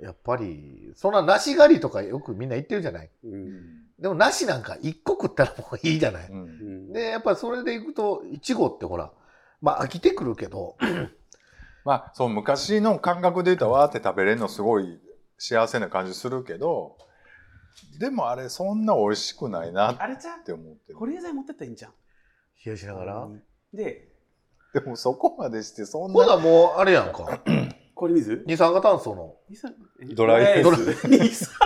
[SPEAKER 2] やっぱり、そんな梨狩りとかよくみんな言ってるじゃない。
[SPEAKER 1] うん
[SPEAKER 2] でも梨なんか一個食ったらもういいじゃない。
[SPEAKER 3] うん
[SPEAKER 1] うん
[SPEAKER 2] で、やっぱりそれでいくと、いちごってほら、まあ飽きてくるけど、
[SPEAKER 3] まあ、そう、昔の感覚で言うと、わーって食べれるのすごい幸せな感じするけど、でもあれ、そんな美味しくないなっ
[SPEAKER 1] あれじゃん
[SPEAKER 3] て思って る
[SPEAKER 1] 保冷剤持ってったらいいんじゃん
[SPEAKER 2] 冷やしながら。
[SPEAKER 1] で
[SPEAKER 3] でも、そこまでして、そん
[SPEAKER 2] 今度
[SPEAKER 3] な、
[SPEAKER 2] はもう、あれやんか。
[SPEAKER 1] 氷水
[SPEAKER 2] 二酸化炭素 の。
[SPEAKER 1] 二酸え
[SPEAKER 3] ドライアイス
[SPEAKER 1] ドライアイス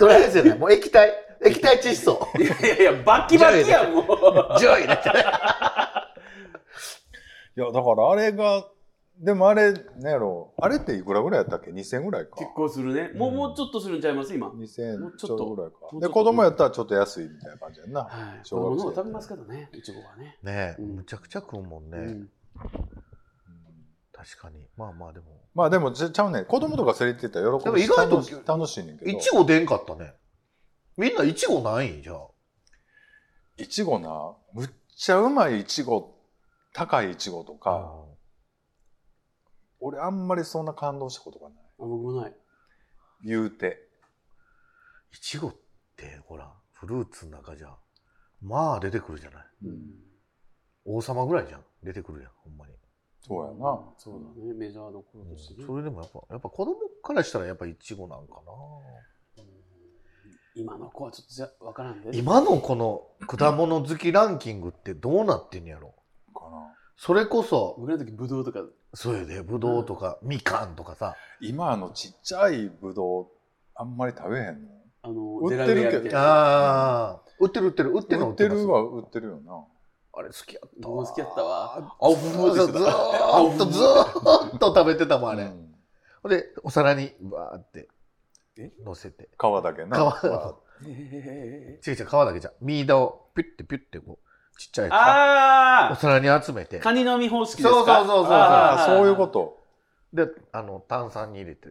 [SPEAKER 2] ドライアイスじゃない。もう液体、液体窒素。
[SPEAKER 1] いやいやいやバキバキやんもう
[SPEAKER 2] ジュー入れて。
[SPEAKER 3] いや、だからあれが、でもあれ、なんやろ、あれっていくらぐらいやったっけ ?2000 ぐらいか。
[SPEAKER 1] 結構するねもうもうちょっとするんちゃいます今も
[SPEAKER 3] 2000
[SPEAKER 1] う
[SPEAKER 3] ち
[SPEAKER 1] ち
[SPEAKER 3] ょ
[SPEAKER 1] ょっ
[SPEAKER 3] っと
[SPEAKER 1] と
[SPEAKER 3] ぐらいか。
[SPEAKER 1] もうち
[SPEAKER 3] で、
[SPEAKER 1] ょっと
[SPEAKER 3] 子供やったらちょっと安いみたいな感じやんな。
[SPEAKER 1] はい子
[SPEAKER 3] 小学
[SPEAKER 1] 供の
[SPEAKER 3] 生
[SPEAKER 1] 方が食べますけどねいちごはね
[SPEAKER 2] ねえ、
[SPEAKER 1] うん
[SPEAKER 2] むちゃくちゃ食うもんね。
[SPEAKER 1] うん
[SPEAKER 2] 確かに。まあまあでも。
[SPEAKER 3] まあでも、ちちゃうね。子供とか連れて行ったら喜ぶし
[SPEAKER 2] でも意外と
[SPEAKER 3] 楽し楽しいねんけど。
[SPEAKER 2] いちご出んかったね。みんないちごないんじゃあ。
[SPEAKER 3] いちごな、むっちゃうまいいちご、高いいちごとか、俺あんまりそんな感動したことがない。
[SPEAKER 1] あ僕もない
[SPEAKER 3] 言うて。
[SPEAKER 2] いちごって、ほら、フルーツの中じゃ、まあ出てくるじゃない。王様ぐらいじゃん。出てくるやん、ほんまに。
[SPEAKER 3] そうやな。
[SPEAKER 1] そうだねメジャーどころとしてね
[SPEAKER 2] それでもやっぱ、やっぱ子供からしたらやっぱいちごなんか
[SPEAKER 1] 今の子はちょっとじゃ分からんで
[SPEAKER 2] な。今のこの果物好きランキングってどうなってんやろ
[SPEAKER 3] かな。
[SPEAKER 2] それこそ、
[SPEAKER 1] 僕らの時ブドウとか
[SPEAKER 2] そうやで、ぶどうとか、みかんとかさ。
[SPEAKER 3] 今あのちっちゃいぶどう、あんまり食べへんの
[SPEAKER 1] あの
[SPEAKER 3] 売って
[SPEAKER 1] デ
[SPEAKER 3] る
[SPEAKER 1] ラ
[SPEAKER 3] けど
[SPEAKER 1] ウェアみたいな
[SPEAKER 2] ああ、売ってる売ってる、売ってるの
[SPEAKER 3] 売って
[SPEAKER 2] ます
[SPEAKER 3] るは売ってるよな。
[SPEAKER 2] あれ好きやった
[SPEAKER 1] 僕も好きやったわ
[SPEAKER 2] 青ぶどうでずーっとずーっと食べてたもんあれ
[SPEAKER 3] う、ん
[SPEAKER 2] ほんでお皿にバーって
[SPEAKER 1] え
[SPEAKER 2] 乗せて
[SPEAKER 3] 皮だけな。
[SPEAKER 2] 皮
[SPEAKER 3] わ
[SPEAKER 1] へ
[SPEAKER 2] ちいちゃん皮だけじゃんミーダをピュッてピュッてこうちっちゃい
[SPEAKER 1] ー
[SPEAKER 2] やつさ お
[SPEAKER 1] あ
[SPEAKER 2] 皿に集めて
[SPEAKER 1] あカニ飲み方式ですか
[SPEAKER 2] そうそうそうそう
[SPEAKER 3] ああ、そういうことと。
[SPEAKER 2] であの炭酸に入れて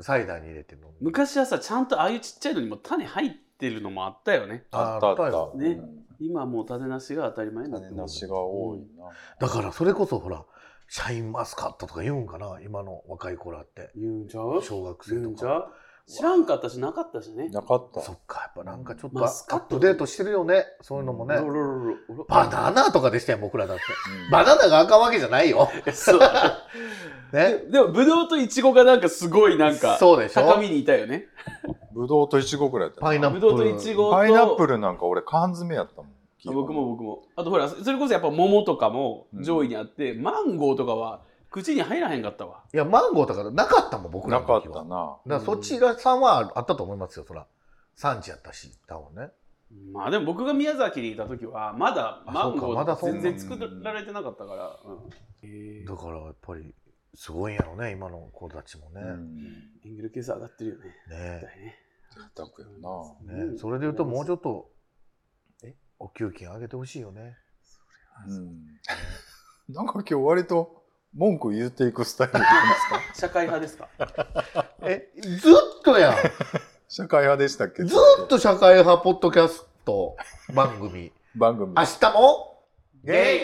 [SPEAKER 2] サイダーに入れて飲む
[SPEAKER 1] 昔はさちゃんとああいうちっちゃいのにも種入ってるのもあったよね
[SPEAKER 2] あ
[SPEAKER 3] あったあった。
[SPEAKER 2] よ
[SPEAKER 1] ね
[SPEAKER 3] うん
[SPEAKER 1] 今はもう種なしが当たり前になって
[SPEAKER 3] 種
[SPEAKER 1] る
[SPEAKER 3] なしが多いな。
[SPEAKER 2] だからそれこそほらシャインマスカットとか言うんかな今の若い子らって
[SPEAKER 1] 言うんちゃう
[SPEAKER 2] 小学
[SPEAKER 1] 言
[SPEAKER 2] 生
[SPEAKER 1] う
[SPEAKER 2] と
[SPEAKER 1] んち
[SPEAKER 2] か
[SPEAKER 1] ゃう知らんかったしなかったしね
[SPEAKER 3] なかった。
[SPEAKER 2] そっかやっぱなんかちょっと
[SPEAKER 1] マ
[SPEAKER 2] ア
[SPEAKER 1] スカッ
[SPEAKER 2] ッ
[SPEAKER 1] ト
[SPEAKER 2] プデートしてるよねそういうのもね
[SPEAKER 1] ロロロロロ
[SPEAKER 2] バナナとかでしたよ僕らだって
[SPEAKER 3] うん
[SPEAKER 2] バナナがあかんわけじゃないよ。
[SPEAKER 1] そうだ
[SPEAKER 2] ね。
[SPEAKER 1] ねでもブドウとイチゴがなんかすごいなんか
[SPEAKER 2] そうでし
[SPEAKER 1] 高
[SPEAKER 2] ょ
[SPEAKER 1] みにいたよね
[SPEAKER 3] ぶどうといちごぐらいやったな。
[SPEAKER 2] パイナップ
[SPEAKER 1] ブ
[SPEAKER 2] ル。
[SPEAKER 1] ドウとイチゴと
[SPEAKER 3] パイナップルなんか俺缶詰やったもん。
[SPEAKER 1] あ僕も。僕もあとほらそれこそやっぱ桃とかも上位にあって、マンゴーとかは口に入らへんかったわ
[SPEAKER 2] いや、マンゴーとかなかったもん、僕らの
[SPEAKER 3] なかっ
[SPEAKER 2] 時は。
[SPEAKER 3] た
[SPEAKER 2] だか
[SPEAKER 3] な。
[SPEAKER 2] らそっちがさんはあったと思いますよ、そら。産地やったし、多分ね。
[SPEAKER 1] まあでも僕が宮崎にいた時はまだ
[SPEAKER 2] あ
[SPEAKER 1] マンゴ
[SPEAKER 2] そうかま
[SPEAKER 1] ー
[SPEAKER 2] だ
[SPEAKER 1] と
[SPEAKER 2] そ
[SPEAKER 1] か
[SPEAKER 2] んな
[SPEAKER 1] 全然作られてなかったから、うんえ
[SPEAKER 2] だからやっぱり、すごいんやろね、今の子たちもね。
[SPEAKER 3] うん。
[SPEAKER 1] ーエンゲル係数上がってるよね
[SPEAKER 2] ね
[SPEAKER 1] 絶対ね
[SPEAKER 3] 贅沢やな。
[SPEAKER 2] ねそれで言うと、もうち
[SPEAKER 1] ょっ
[SPEAKER 2] ょっと
[SPEAKER 1] え、
[SPEAKER 2] お給金上げてほしいよね。
[SPEAKER 3] うん。なんか今日割と文句言っていくスタイルなんですか
[SPEAKER 1] と社会派ですか
[SPEAKER 2] え、ずっとやん。
[SPEAKER 3] 社会派でしたっけ
[SPEAKER 2] ずっと社会派ポッドキャスト番組。
[SPEAKER 3] 番組。
[SPEAKER 2] 明日も
[SPEAKER 3] ゲ
[SPEAKER 2] イ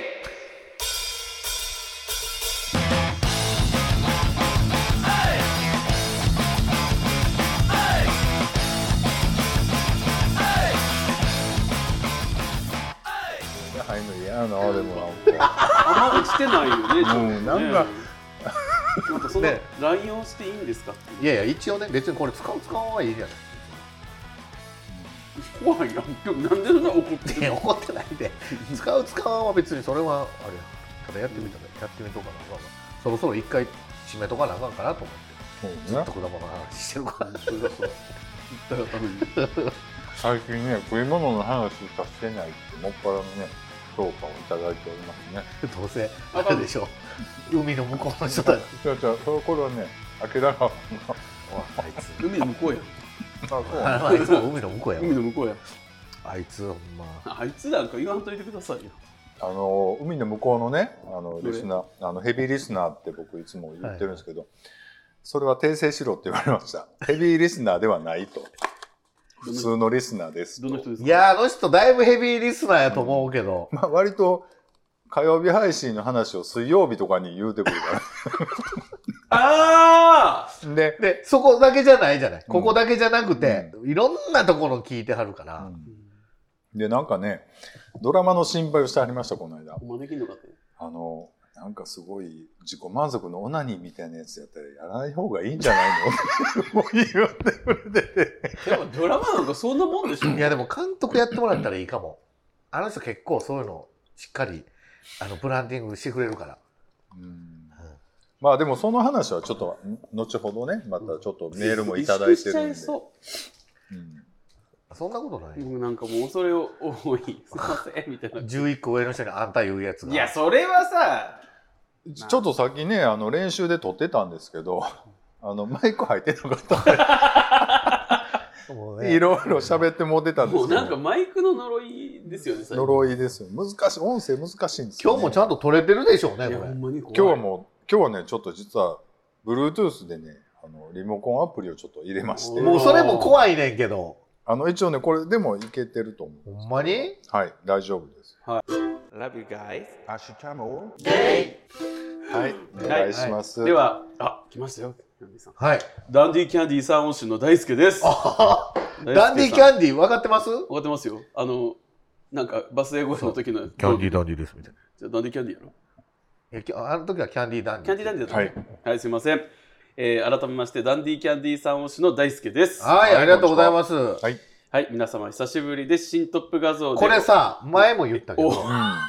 [SPEAKER 3] 入んの嫌やな、でもなん
[SPEAKER 1] あんま落ちてないよねちょっと
[SPEAKER 3] う
[SPEAKER 1] ね
[SPEAKER 3] んなんか
[SPEAKER 1] なんかその
[SPEAKER 2] ね
[SPEAKER 1] 乱用していいんですかっていう
[SPEAKER 2] いやいや、一応ね、別にこれ使う使わんはいいじゃない。
[SPEAKER 1] 怖いな今日なんでそんな怒ってる
[SPEAKER 2] いや怒ってないで使う使わんは別にそれはあれやただやってみたら、やってみとかなあかんからそろそろ一回締めとかなあかんかなと思って
[SPEAKER 3] そう
[SPEAKER 2] ずっ
[SPEAKER 3] ね
[SPEAKER 2] と。果物の話してるから
[SPEAKER 1] だったのに。
[SPEAKER 3] 最近ね食い物の話しかしてないってもっぱらのね評価をいただいておりますね
[SPEAKER 2] どうせあるでしょう海の向こうの人たち
[SPEAKER 3] じゃあじゃあその頃はね明らか
[SPEAKER 2] おあいつ
[SPEAKER 1] 海の向こうや。
[SPEAKER 3] な
[SPEAKER 2] あいつも海の向こうや
[SPEAKER 1] 海の向こうや。
[SPEAKER 2] あいつほんま
[SPEAKER 1] あいつなんか言わんといてくださいよ。
[SPEAKER 3] あの海の向こうのねあの
[SPEAKER 1] どれ
[SPEAKER 3] リスナーあのヘビーリスナーって僕いつも言ってるんですけど、それは訂正しろって言われましたヘビーリスナーではないと普通のリスナーです
[SPEAKER 1] どの人ですか
[SPEAKER 2] いやあの人だいぶヘビーリスナーやと思うけど、
[SPEAKER 3] まあ割と火曜日配信の話を水曜日とかに言うてくるか
[SPEAKER 1] ああ
[SPEAKER 3] ら で、
[SPEAKER 2] でそこだけじゃないじゃないここだけじゃなくて、いろんなところ聞いてはるから、
[SPEAKER 3] でなんかねドラマの心配をしてありましたこの間
[SPEAKER 1] お前できんのかって。
[SPEAKER 3] あのなんかすごい自己満足のオナニーみたいなやつやったらやらない方がいいんじゃないの もう言ってくれてて
[SPEAKER 1] でもドラマなんかそんなもんでしょ。
[SPEAKER 2] いやでも監督やってもらったらいいかもあの人結構そういうのしっかりあのブランディングしてくれるから
[SPEAKER 3] うんまあでもその話はちょっとん後ほどねまたちょっとメールもいただいてるん
[SPEAKER 1] 萎縮
[SPEAKER 3] で
[SPEAKER 1] しちゃいそ
[SPEAKER 3] うん
[SPEAKER 2] そんなことな
[SPEAKER 1] う。
[SPEAKER 2] い
[SPEAKER 1] 僕なんかもう恐れを多い。すいませんみたいな。
[SPEAKER 2] 11個上の人にあんた言うやつが
[SPEAKER 1] いやそれはさ。
[SPEAKER 3] ちょっとさっきねあの練習で撮ってたんですけどあのマイク入ってなかったん
[SPEAKER 2] もう
[SPEAKER 3] で
[SPEAKER 2] ね
[SPEAKER 3] いろいろ喋ってもうてたんで
[SPEAKER 1] も
[SPEAKER 3] す
[SPEAKER 1] う
[SPEAKER 3] け
[SPEAKER 1] なんか
[SPEAKER 3] ど
[SPEAKER 1] マイクの呪いですよね。最近
[SPEAKER 3] 呪いですよ難しい音声難しいんです
[SPEAKER 2] 今
[SPEAKER 3] よ、ね、
[SPEAKER 2] 日もちゃんと取れてるでしょうね
[SPEAKER 1] い
[SPEAKER 2] こ
[SPEAKER 1] や
[SPEAKER 2] れ
[SPEAKER 1] ほんまに怖い。
[SPEAKER 3] 今日はもう今日はねちょっと実は Bluetooth でねあのリモコンアプリをちょっと入れまして
[SPEAKER 1] う
[SPEAKER 2] もうそれも怖いねんけど
[SPEAKER 3] あの一応ねこれでもいけてると思う
[SPEAKER 2] ほんまに
[SPEAKER 3] はい大丈夫です
[SPEAKER 5] アシュチャモ
[SPEAKER 3] はいお願いします、
[SPEAKER 1] ではあ来ましたよ。キャンディさん
[SPEAKER 2] はい
[SPEAKER 1] ダンディキャンディ三音師の大輔です。
[SPEAKER 2] ダンディキ
[SPEAKER 1] ン。
[SPEAKER 2] ャンディ分かってます
[SPEAKER 1] わかってますよ。あのなんかバス英語の時の
[SPEAKER 2] ィーダンディですみたいな
[SPEAKER 1] じゃあダンディキャンディやろ。
[SPEAKER 2] いやきあの時はキャンディーダンデ
[SPEAKER 1] キャ
[SPEAKER 2] ィ
[SPEAKER 1] ンディダンディだと。
[SPEAKER 3] はい。
[SPEAKER 1] はいすいません。えー改めましてダンディキャンディ三音師の大輔です。は
[SPEAKER 2] はいありがとうございます
[SPEAKER 3] はい
[SPEAKER 1] い皆様久しぶりです新トップ画像で。
[SPEAKER 2] これさ前も言ったけ
[SPEAKER 1] お
[SPEAKER 2] ど
[SPEAKER 3] うん
[SPEAKER 2] あ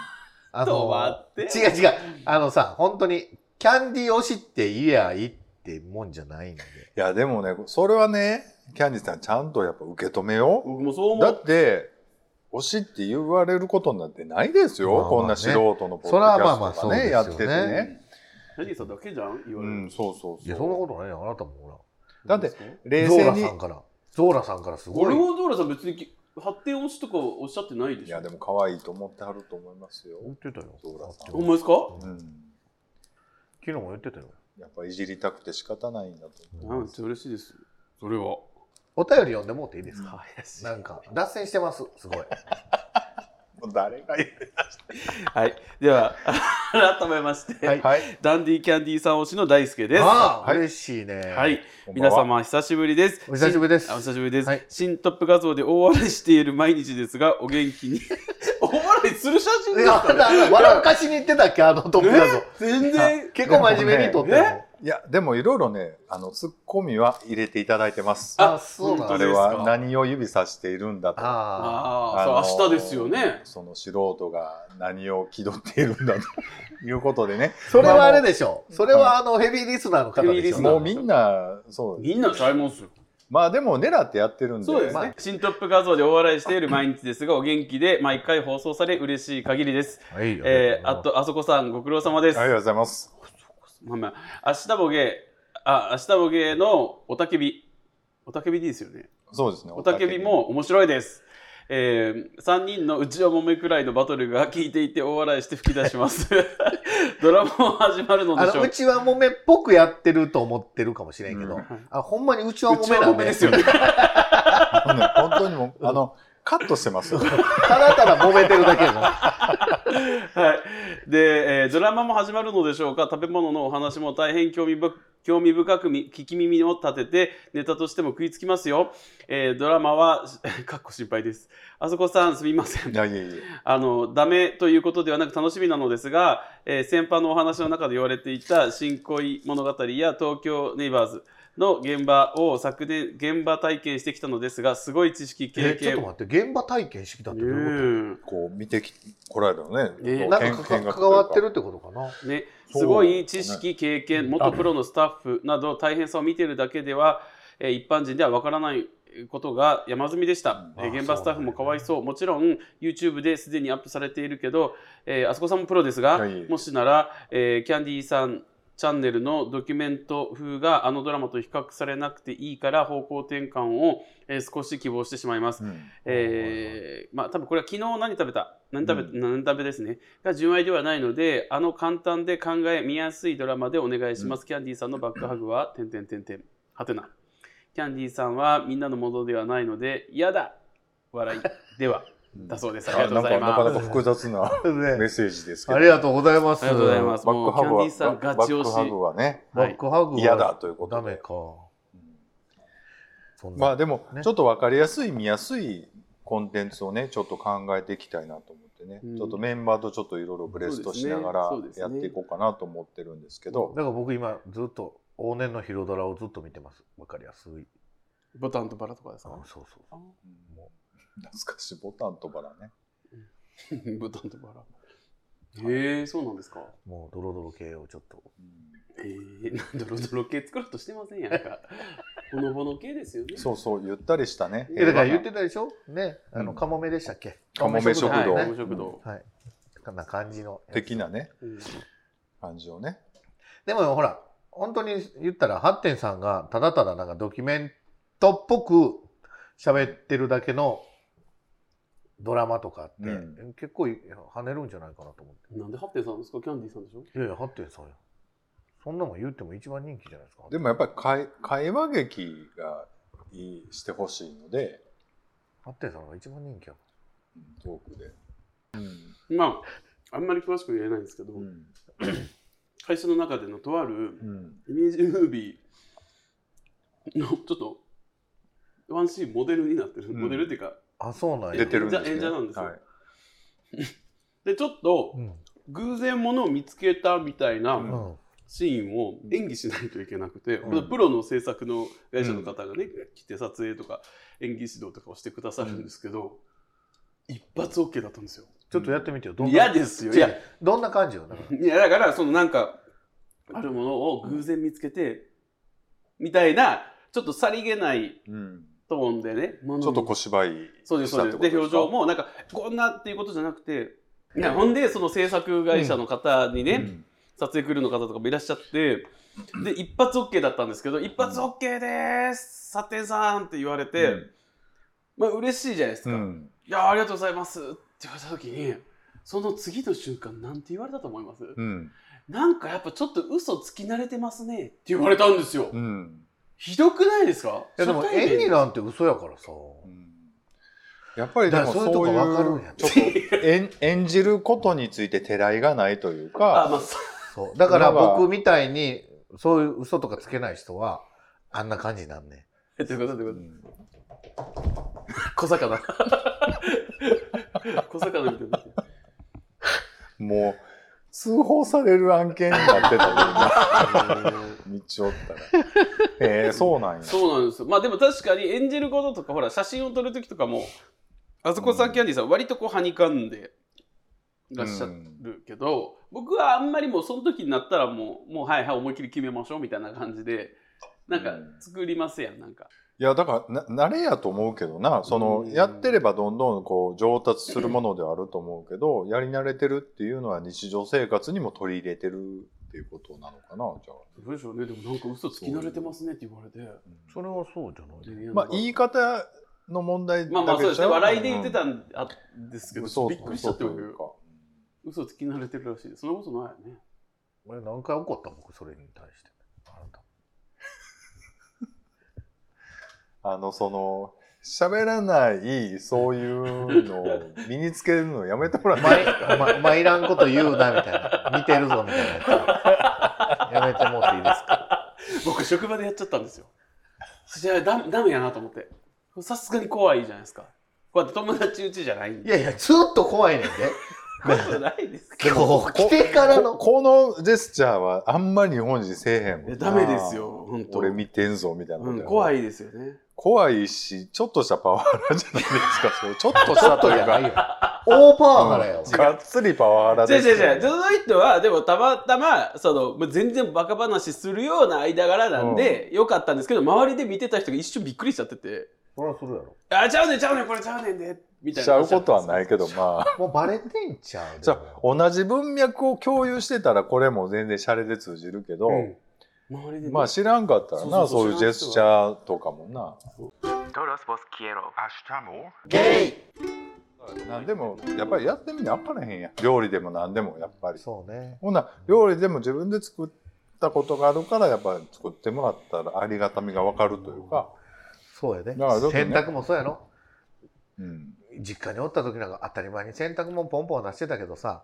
[SPEAKER 1] ちょっと待って
[SPEAKER 2] 違う違う。あのさ、本当に、キャンディー推しって言えやいいってもんじゃないんで。
[SPEAKER 3] いやでもねそれはねキャンディさんちゃんとやっぱ受け止めよ
[SPEAKER 1] 僕もそう
[SPEAKER 3] う
[SPEAKER 1] 思
[SPEAKER 3] だ
[SPEAKER 1] う
[SPEAKER 3] っ。て推しって言われることなんてないです
[SPEAKER 2] ま
[SPEAKER 3] よ、
[SPEAKER 2] あまあね
[SPEAKER 3] こんな素人のポッドキ
[SPEAKER 2] それはまあま
[SPEAKER 3] ャ
[SPEAKER 2] あ
[SPEAKER 3] スト
[SPEAKER 2] そ
[SPEAKER 3] が
[SPEAKER 2] う
[SPEAKER 3] ね
[SPEAKER 2] です
[SPEAKER 3] や
[SPEAKER 2] よ
[SPEAKER 3] っ
[SPEAKER 2] ね
[SPEAKER 3] ててね
[SPEAKER 1] キャンディさんだけじゃん言わ
[SPEAKER 3] う
[SPEAKER 1] れる。
[SPEAKER 3] んそうそうそう
[SPEAKER 2] いや、そんなことないよ。あなたもほ
[SPEAKER 3] だって
[SPEAKER 2] ら。
[SPEAKER 3] 冷
[SPEAKER 2] ゾー
[SPEAKER 3] 静
[SPEAKER 2] ラ
[SPEAKER 3] に
[SPEAKER 2] さんから。ゾーラさんからす
[SPEAKER 1] ゴ
[SPEAKER 2] ご
[SPEAKER 1] ル
[SPEAKER 2] い。
[SPEAKER 1] ゴンゾーラさん別にき発展推しとかおっしゃってないで
[SPEAKER 3] い
[SPEAKER 1] しょ
[SPEAKER 3] やでも可愛いと思ってはると思いますよ、
[SPEAKER 2] 言ってたよ。
[SPEAKER 3] ゾーラさん
[SPEAKER 1] ほんまですか
[SPEAKER 3] うん、
[SPEAKER 2] 昨日も言ってたよ。
[SPEAKER 3] やっぱいじりたくて仕方ないんだと 思う
[SPEAKER 1] なんて嬉しいですそれは
[SPEAKER 2] お便り読んでもうていいですか
[SPEAKER 1] 林
[SPEAKER 2] なんか、脱線してます。すごい。
[SPEAKER 3] もう誰が言う
[SPEAKER 1] はいでは 改めまして、
[SPEAKER 2] はい
[SPEAKER 3] はい
[SPEAKER 1] ダンディキャンディさん推しの大輔ですは
[SPEAKER 2] ああ、嬉しいね。
[SPEAKER 1] い
[SPEAKER 3] こんばん
[SPEAKER 1] 皆
[SPEAKER 3] は
[SPEAKER 1] 様久しぶりです
[SPEAKER 2] お久しぶりです
[SPEAKER 1] あお久しぶりです、
[SPEAKER 2] はい
[SPEAKER 1] 新トップ画像で大笑いしている毎日ですがお元気に 大笑いする写真
[SPEAKER 2] い
[SPEAKER 1] です
[SPEAKER 2] や、
[SPEAKER 1] かね
[SPEAKER 2] あんた笑かしに行ってたっけあのトップ画像。
[SPEAKER 1] 全然
[SPEAKER 2] 結構真面目に撮ってる
[SPEAKER 1] でも
[SPEAKER 2] の。
[SPEAKER 3] いやでもいろいろねあのツッコミは入れていただいてます
[SPEAKER 1] あ
[SPEAKER 2] あ、そうな
[SPEAKER 1] 本
[SPEAKER 2] ん
[SPEAKER 3] あ
[SPEAKER 1] 当
[SPEAKER 2] だ。
[SPEAKER 3] れ
[SPEAKER 1] ですか
[SPEAKER 3] は何を指さしているんだと
[SPEAKER 2] あ
[SPEAKER 1] ああ、
[SPEAKER 3] あの
[SPEAKER 1] そう明日ですよね
[SPEAKER 3] その素人が何を気取っている んだということでね。
[SPEAKER 2] あ。それはあれでしょ。それはあの、ヘビーリスナーの方
[SPEAKER 1] ヘビー
[SPEAKER 2] で
[SPEAKER 1] リ
[SPEAKER 2] し
[SPEAKER 1] ス
[SPEAKER 2] ょ。
[SPEAKER 1] ナー
[SPEAKER 3] もうみんな、そう。
[SPEAKER 1] みんなちゃいますよ
[SPEAKER 3] まあでも狙ってやってるんで。
[SPEAKER 1] そうですね、
[SPEAKER 3] まあ
[SPEAKER 1] 新トップ画像で大笑いしている毎日ですがお元気で毎回放送され嬉しい限りです
[SPEAKER 2] はい。りがとうござい
[SPEAKER 1] え
[SPEAKER 2] ます
[SPEAKER 1] ー、あとあそこさんご苦労様です
[SPEAKER 3] ありがとうございます。
[SPEAKER 1] まあまあ、明日もゲー、あ、明日もゲーのおたけび。おたけびでいいですよね。
[SPEAKER 3] そうですね。
[SPEAKER 1] おたけびも面白いです。えー、3人の内をもめくらいのバトルが聞いていて大笑いして吹き出します。ドラマも始まるの
[SPEAKER 2] あ
[SPEAKER 1] でしょ
[SPEAKER 2] の、う
[SPEAKER 1] う。
[SPEAKER 2] ちわもめっぽくやってると思ってるかもしれんけど、
[SPEAKER 3] うん
[SPEAKER 2] あ、ほんまにうちわ
[SPEAKER 1] う
[SPEAKER 2] も
[SPEAKER 1] ち
[SPEAKER 2] め
[SPEAKER 1] は
[SPEAKER 2] な
[SPEAKER 1] も
[SPEAKER 2] ん
[SPEAKER 1] め
[SPEAKER 2] で、
[SPEAKER 1] ですよね。
[SPEAKER 3] おたけび。あのね本当にもう、 あの、カットしてますよ。
[SPEAKER 2] ただただもめてるだけやから。
[SPEAKER 1] はい。で、えードラマも始まるのでしょうか。食べ物のお話も大変興味深く。興味深くみ聞き耳を立ててネタとしても食いつきますよ、えードラマは かっこ心配ですあそこさんすみません
[SPEAKER 3] いやいやいや。
[SPEAKER 1] あのダメということではなく楽しみなのですが、えー先般のお話の中で言われていた「新恋物語」や「東京ネイバーズ」の現場を昨年現場体験してきたのですがすごい知識経
[SPEAKER 2] え、ちょっ
[SPEAKER 1] 験
[SPEAKER 2] と待って、現場体験してきたってどういうこ
[SPEAKER 1] ね
[SPEAKER 3] こう見てき、こられるのね。
[SPEAKER 1] ね
[SPEAKER 3] ことう
[SPEAKER 2] なんかか
[SPEAKER 3] 見学という
[SPEAKER 2] 関わってるってことかな。
[SPEAKER 1] えね
[SPEAKER 3] そう
[SPEAKER 1] すごい知識経験元プロのスタッフなど大変さを見ているだけでは、えー一般人ではわからないことが山積みでした、
[SPEAKER 2] うん
[SPEAKER 1] えー
[SPEAKER 2] あー
[SPEAKER 1] 現場スタッフも
[SPEAKER 2] そ
[SPEAKER 1] か
[SPEAKER 2] うなんだ
[SPEAKER 1] わいそうもちろん YouTube ですでにアップされているけど、えーあそこさんもプロですが、
[SPEAKER 3] はい
[SPEAKER 1] もしなら、えーキャンディーさんチャンネルのドキュメント風があのドラマと比較されなくていいから方向転換を、えー少し希望してしまいます。
[SPEAKER 3] うん
[SPEAKER 1] えーまあ多分これは昨日何食べた何食べ、
[SPEAKER 3] う
[SPEAKER 1] 何食べですねが純愛ではないのであの簡単で考え見やすいドラマでお願いします、キャンディーさんのバックハグは 「てんてんてんてん」はてなキャンディーさんはみんなのものではないので嫌だ笑いで はだそうですありがとうございます
[SPEAKER 3] なんかなかなか複雑な メッ
[SPEAKER 2] ね
[SPEAKER 3] セージですけど。
[SPEAKER 2] ありがとうございます。。
[SPEAKER 1] ありがとうございますす
[SPEAKER 3] バ
[SPEAKER 1] も
[SPEAKER 3] ッ
[SPEAKER 1] う
[SPEAKER 3] ク
[SPEAKER 1] キャンディーさ
[SPEAKER 3] ハ
[SPEAKER 1] ん
[SPEAKER 3] グは、
[SPEAKER 1] ガ
[SPEAKER 3] バ
[SPEAKER 1] チ
[SPEAKER 3] ックハグ
[SPEAKER 1] 推し
[SPEAKER 3] はね、
[SPEAKER 2] バ
[SPEAKER 1] は
[SPEAKER 2] ッ
[SPEAKER 1] い
[SPEAKER 2] クハグは
[SPEAKER 3] 嫌だということ
[SPEAKER 2] ダ
[SPEAKER 3] で
[SPEAKER 2] メか。そんな
[SPEAKER 3] まあでも、
[SPEAKER 2] ね
[SPEAKER 3] ちょっと分かりやすい見やすいコンテンツをねちょっと考えていきたいなと思ってね、
[SPEAKER 1] うん
[SPEAKER 3] ちょっとメンバーとちょっといろいろブレストしながら
[SPEAKER 1] そうですね
[SPEAKER 3] や
[SPEAKER 1] そうですね
[SPEAKER 3] っていこうかなと思ってるんですけ
[SPEAKER 2] だ
[SPEAKER 3] ど、
[SPEAKER 2] から僕今ずっと往年の広ドラをずっと見てます。わかりやすい。
[SPEAKER 1] ボタンとバラとかです
[SPEAKER 2] あ
[SPEAKER 1] か
[SPEAKER 2] そうそうそう。
[SPEAKER 3] うんもう懐かしいボタンとバラね
[SPEAKER 1] ボタンとバラへえそうなんですか
[SPEAKER 2] もうドロドロ系をちょっと。
[SPEAKER 1] えー、ドロドロ系作ろうとしてませんやん かほのぼの系ですよね
[SPEAKER 3] そうそうゆったりしたね
[SPEAKER 2] えだから言っ
[SPEAKER 3] 平
[SPEAKER 2] てたでしょね。あの、
[SPEAKER 3] うん
[SPEAKER 2] カモメでしたっけ
[SPEAKER 3] 和なカモメ食堂、
[SPEAKER 1] はい
[SPEAKER 2] は
[SPEAKER 1] カモメ。
[SPEAKER 2] い
[SPEAKER 1] 食堂
[SPEAKER 2] はいこんな感じのやつ。
[SPEAKER 3] 的なね
[SPEAKER 1] うん
[SPEAKER 3] 感じをね
[SPEAKER 2] でもほら、本当に言ったら、ハッテンさんがただただなんかドキュメントっぽく喋ってるだけのドラマとかって、
[SPEAKER 3] う
[SPEAKER 2] 結構跳ねるんじゃないかなと思って。
[SPEAKER 1] なんでハッテンさんですかキャンディーさんでしょ
[SPEAKER 2] いやいや、ハッテンさんよ。そんなもん言っても一番人気じゃないですか。
[SPEAKER 3] でもやっぱり会会話劇がいいしてほしいので
[SPEAKER 2] ハッテンさんが一番人気やもん
[SPEAKER 3] うんトークで、
[SPEAKER 1] まああんまり詳しく言えないんですけど、
[SPEAKER 3] うん
[SPEAKER 1] 会社の中でのとある
[SPEAKER 3] うん
[SPEAKER 1] イメージムービーのちょっとワンシーンモデルになってる、
[SPEAKER 3] うん
[SPEAKER 1] モデルっていうか
[SPEAKER 2] あ、そうなんや。
[SPEAKER 3] 出てるんですね
[SPEAKER 1] 演者演者なんですよ
[SPEAKER 3] はい
[SPEAKER 1] でちょっと
[SPEAKER 2] うん。
[SPEAKER 1] 偶然ものを見つけたみたいな
[SPEAKER 3] うん
[SPEAKER 2] うん。
[SPEAKER 1] シーンを演技しないといけなくて、
[SPEAKER 3] うん
[SPEAKER 1] プロの制作の会社の方がね、来て撮影とか演技指導とかをしてくださるんですけど、一発 OK だったんですよ
[SPEAKER 2] ちょっとやってみてよ。どん
[SPEAKER 1] 嫌
[SPEAKER 2] な、
[SPEAKER 1] ですよいや
[SPEAKER 2] どんな感じよ。だから
[SPEAKER 1] いやだからそのなんかあるものを偶然見つけて、みたいなちょっとさりげない
[SPEAKER 3] うん
[SPEAKER 1] トーンでねものに
[SPEAKER 3] ちょっと小芝居
[SPEAKER 1] そうですそうですで表情もなんかこんなっていうことじゃなくていやほんでその制作会社の方にね、
[SPEAKER 3] うん
[SPEAKER 1] 撮影クルーの方とかもいらっしゃってで一発 OK だったんですけど「一発 OK でーすサテンさん」って言われて、まあ嬉しいじゃないです
[SPEAKER 3] う
[SPEAKER 1] か「い
[SPEAKER 3] ん
[SPEAKER 1] やありがとうございます」って言われた時にその次の瞬間なんて言われたと思います、
[SPEAKER 3] うん
[SPEAKER 1] なんかやっぱちょっと嘘つき慣れてますねって言われたんですよ。
[SPEAKER 3] うん
[SPEAKER 1] ひどくないですか
[SPEAKER 2] いやでも、
[SPEAKER 1] 初対面
[SPEAKER 2] 演技なんて嘘やからさ。
[SPEAKER 3] うんやっぱりでも
[SPEAKER 2] だから
[SPEAKER 3] そ
[SPEAKER 2] そう
[SPEAKER 3] う
[SPEAKER 2] いうとこわかるん
[SPEAKER 3] いう
[SPEAKER 2] や
[SPEAKER 3] ちょっと演演じることについててらいがないという
[SPEAKER 1] あ、
[SPEAKER 3] か
[SPEAKER 1] まあ、そ
[SPEAKER 2] そう。だから
[SPEAKER 3] まあまあ
[SPEAKER 2] 僕みたいに、そういう嘘とかつけない人は、あんな感じになんねん。
[SPEAKER 1] う ということで、と
[SPEAKER 3] う
[SPEAKER 1] いうこ
[SPEAKER 3] ん
[SPEAKER 1] とで小魚。 小魚みたいになってる。
[SPEAKER 3] もう通報される案件になってたのに道をったら えーそうなんや
[SPEAKER 1] そうなんですよ。まあでも確かに演じることとか、ほら、写真を撮るときとかも、あそこさん、キャンディーさん、割とこう、はにかんでいらっしゃるけど、僕はあんまりもう、その時になったらもう、もう、はいはい、思いっきり決めましょうみたいな感じで、なんか
[SPEAKER 3] うん、
[SPEAKER 1] 作りますやん、なんか。
[SPEAKER 3] いやだからな慣れやと思うけどなその、
[SPEAKER 1] うん
[SPEAKER 3] やってればどんどんこう上達するものではあると思うけど、やり慣れてるっていうのは日常生活にも取り入れてるっていうことなのかなじゃあ、
[SPEAKER 1] どうでしょうね、でもなんか、嘘つき慣れてますねって言われて。
[SPEAKER 2] それはそうじゃない。
[SPEAKER 3] まあ言い方の問題
[SPEAKER 1] まあまあそうですね、笑いで言ってた
[SPEAKER 3] ん
[SPEAKER 1] んあですけど、ちょっとびっくりしちゃって僕、嘘つき慣れてるらしいです。そんなことないよね。
[SPEAKER 2] 俺何回怒った僕、それに対して。あなた。
[SPEAKER 3] あのその喋らないそういうのを身につけるのやめてもら っ
[SPEAKER 2] お
[SPEAKER 3] て
[SPEAKER 2] 前、お前、お前いらんこと言うな、みたいな。見てるぞ、みたいなやつ。やめてもうていいですか。
[SPEAKER 1] 僕、職場でやっちゃったんですよ。じゃあダメ、ダメやなと思って。さすがに怖いじゃないですか。こうやって友達うちじゃないん
[SPEAKER 2] い
[SPEAKER 1] で。
[SPEAKER 2] やいや、ずっと怖いねんで。
[SPEAKER 1] ことないですか
[SPEAKER 2] 今日来てから
[SPEAKER 3] こ
[SPEAKER 2] の。
[SPEAKER 3] このジェスチャーはあんまり日本人せえへんも
[SPEAKER 1] いや
[SPEAKER 3] ん
[SPEAKER 1] ダメですよ、本当
[SPEAKER 3] 俺見てんぞみたいな
[SPEAKER 1] う
[SPEAKER 3] こと
[SPEAKER 1] ん
[SPEAKER 3] や、
[SPEAKER 1] 怖いですよね。
[SPEAKER 3] 怖いしちょっとしたパワハラじゃないですか そうちょっとし
[SPEAKER 2] ちょ
[SPEAKER 3] た
[SPEAKER 2] っと
[SPEAKER 3] と
[SPEAKER 2] じ
[SPEAKER 3] いう
[SPEAKER 2] ゃな
[SPEAKER 3] か
[SPEAKER 2] いよ。オーパーハラよ。
[SPEAKER 3] がっつりパワハラ
[SPEAKER 1] 違う
[SPEAKER 3] です
[SPEAKER 1] 違う違う、その人は、でもたまたま、その、まあ全然バカ話するような間柄なんで、よかったんですけど、周りで見てた人が一瞬びっくりしちゃってて、
[SPEAKER 2] それはするやろ。
[SPEAKER 1] あ、ちゃうねんちゃうねんこれちゃうねんで。みたいな。
[SPEAKER 3] しちゃうことはないけど、まあ。
[SPEAKER 2] もうバレてんちゃうでも
[SPEAKER 3] じゃあ同じ文脈を共有してたら、これも全然シャレで通じるけど、
[SPEAKER 1] うん。周りでね
[SPEAKER 3] まあ知らんかったら
[SPEAKER 1] そそ
[SPEAKER 3] な、そう
[SPEAKER 1] うそう
[SPEAKER 3] ういうジェスチャーとかもな。
[SPEAKER 4] Todos vos quiero.
[SPEAKER 5] Hasta luego.
[SPEAKER 3] なんでも、やっぱりやってみなあかんへんやん。料理でも何でも、やっぱり。
[SPEAKER 2] そうね。
[SPEAKER 3] ほな、料理でも自分で作ったことがあるから、やっぱり作ってもらったらありがたみがわかるというか。
[SPEAKER 2] そうやね。
[SPEAKER 3] だからちょっとね
[SPEAKER 2] 洗濯もそうやろ。
[SPEAKER 3] うん。
[SPEAKER 2] 実家におった時なんか当たり前に洗濯もポンポン出してたけどさ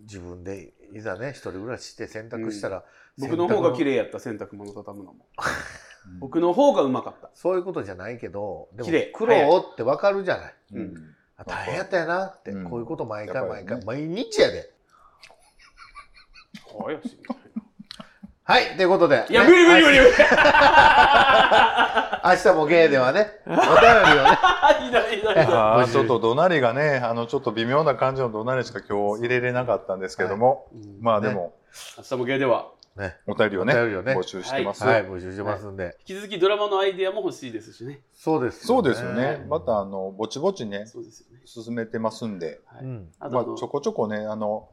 [SPEAKER 2] 自分でいざね一人暮らしして洗濯したら、
[SPEAKER 1] 僕の方が綺
[SPEAKER 2] 麗
[SPEAKER 1] 麗やった洗濯物畳むのも。僕の方がうまかった。
[SPEAKER 2] そういうことじゃないけどでも
[SPEAKER 1] 綺麗
[SPEAKER 2] 苦労ってわかるじゃない
[SPEAKER 1] うん
[SPEAKER 3] うん
[SPEAKER 2] あ大変やったやなって、
[SPEAKER 3] うん
[SPEAKER 2] こういうこと毎回
[SPEAKER 3] やっぱ
[SPEAKER 2] 毎
[SPEAKER 3] りね
[SPEAKER 2] 回、毎日やで
[SPEAKER 1] 怖いやし。
[SPEAKER 2] はいということで
[SPEAKER 1] いや、無理無理無 理無理。
[SPEAKER 2] 明日もゲイではねお便りをね
[SPEAKER 1] いないいないいない。
[SPEAKER 3] あ
[SPEAKER 2] ご
[SPEAKER 3] あ
[SPEAKER 2] 自由
[SPEAKER 3] ちょっと怒鳴りがね、あのちょっと微妙な感じの怒鳴りしか今日入れれなかったんですけども、
[SPEAKER 1] うん
[SPEAKER 3] まあでも、
[SPEAKER 1] 明日もゲーでは。
[SPEAKER 3] お便りをね
[SPEAKER 2] お便りをね
[SPEAKER 3] 募集してます、
[SPEAKER 2] はい募集してますんで、
[SPEAKER 1] 引き続きドラマのアイデアも欲しいですしね。
[SPEAKER 2] そうです
[SPEAKER 3] そうですよね、またあのぼちぼちね、
[SPEAKER 1] そうですよね。
[SPEAKER 3] 進めてますんで、
[SPEAKER 1] は
[SPEAKER 2] う
[SPEAKER 1] い。
[SPEAKER 2] ん
[SPEAKER 1] あと
[SPEAKER 3] ま
[SPEAKER 1] あ
[SPEAKER 3] あ、ち
[SPEAKER 1] の、
[SPEAKER 3] ょこちょこね、あの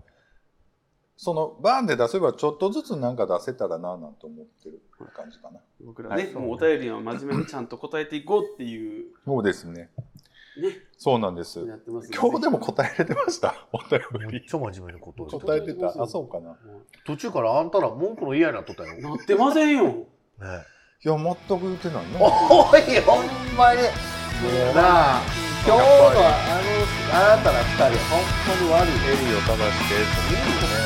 [SPEAKER 3] そのバーンで出せば、ちょっとずつなんか出せたらななんて思ってる感じかな。
[SPEAKER 1] 僕らね、もうお便りは真面目にちゃんと答えていこうっていう、
[SPEAKER 3] そうですね、
[SPEAKER 1] ね、
[SPEAKER 3] そうなんです。
[SPEAKER 1] やってますん
[SPEAKER 3] 今日でも答えれてました、お便
[SPEAKER 2] めっちゃ真面目なことを
[SPEAKER 3] り。
[SPEAKER 2] 言って
[SPEAKER 3] 答えてた、あ、そうかな。
[SPEAKER 2] 途中からあんたら文句の嫌になっとったよ、ね
[SPEAKER 1] なってませんよ。
[SPEAKER 3] いや、全く言ってないね。
[SPEAKER 2] おいほんまになあ今日のあのあなたら二人ほんまに悪い
[SPEAKER 3] エリーを正して、ね。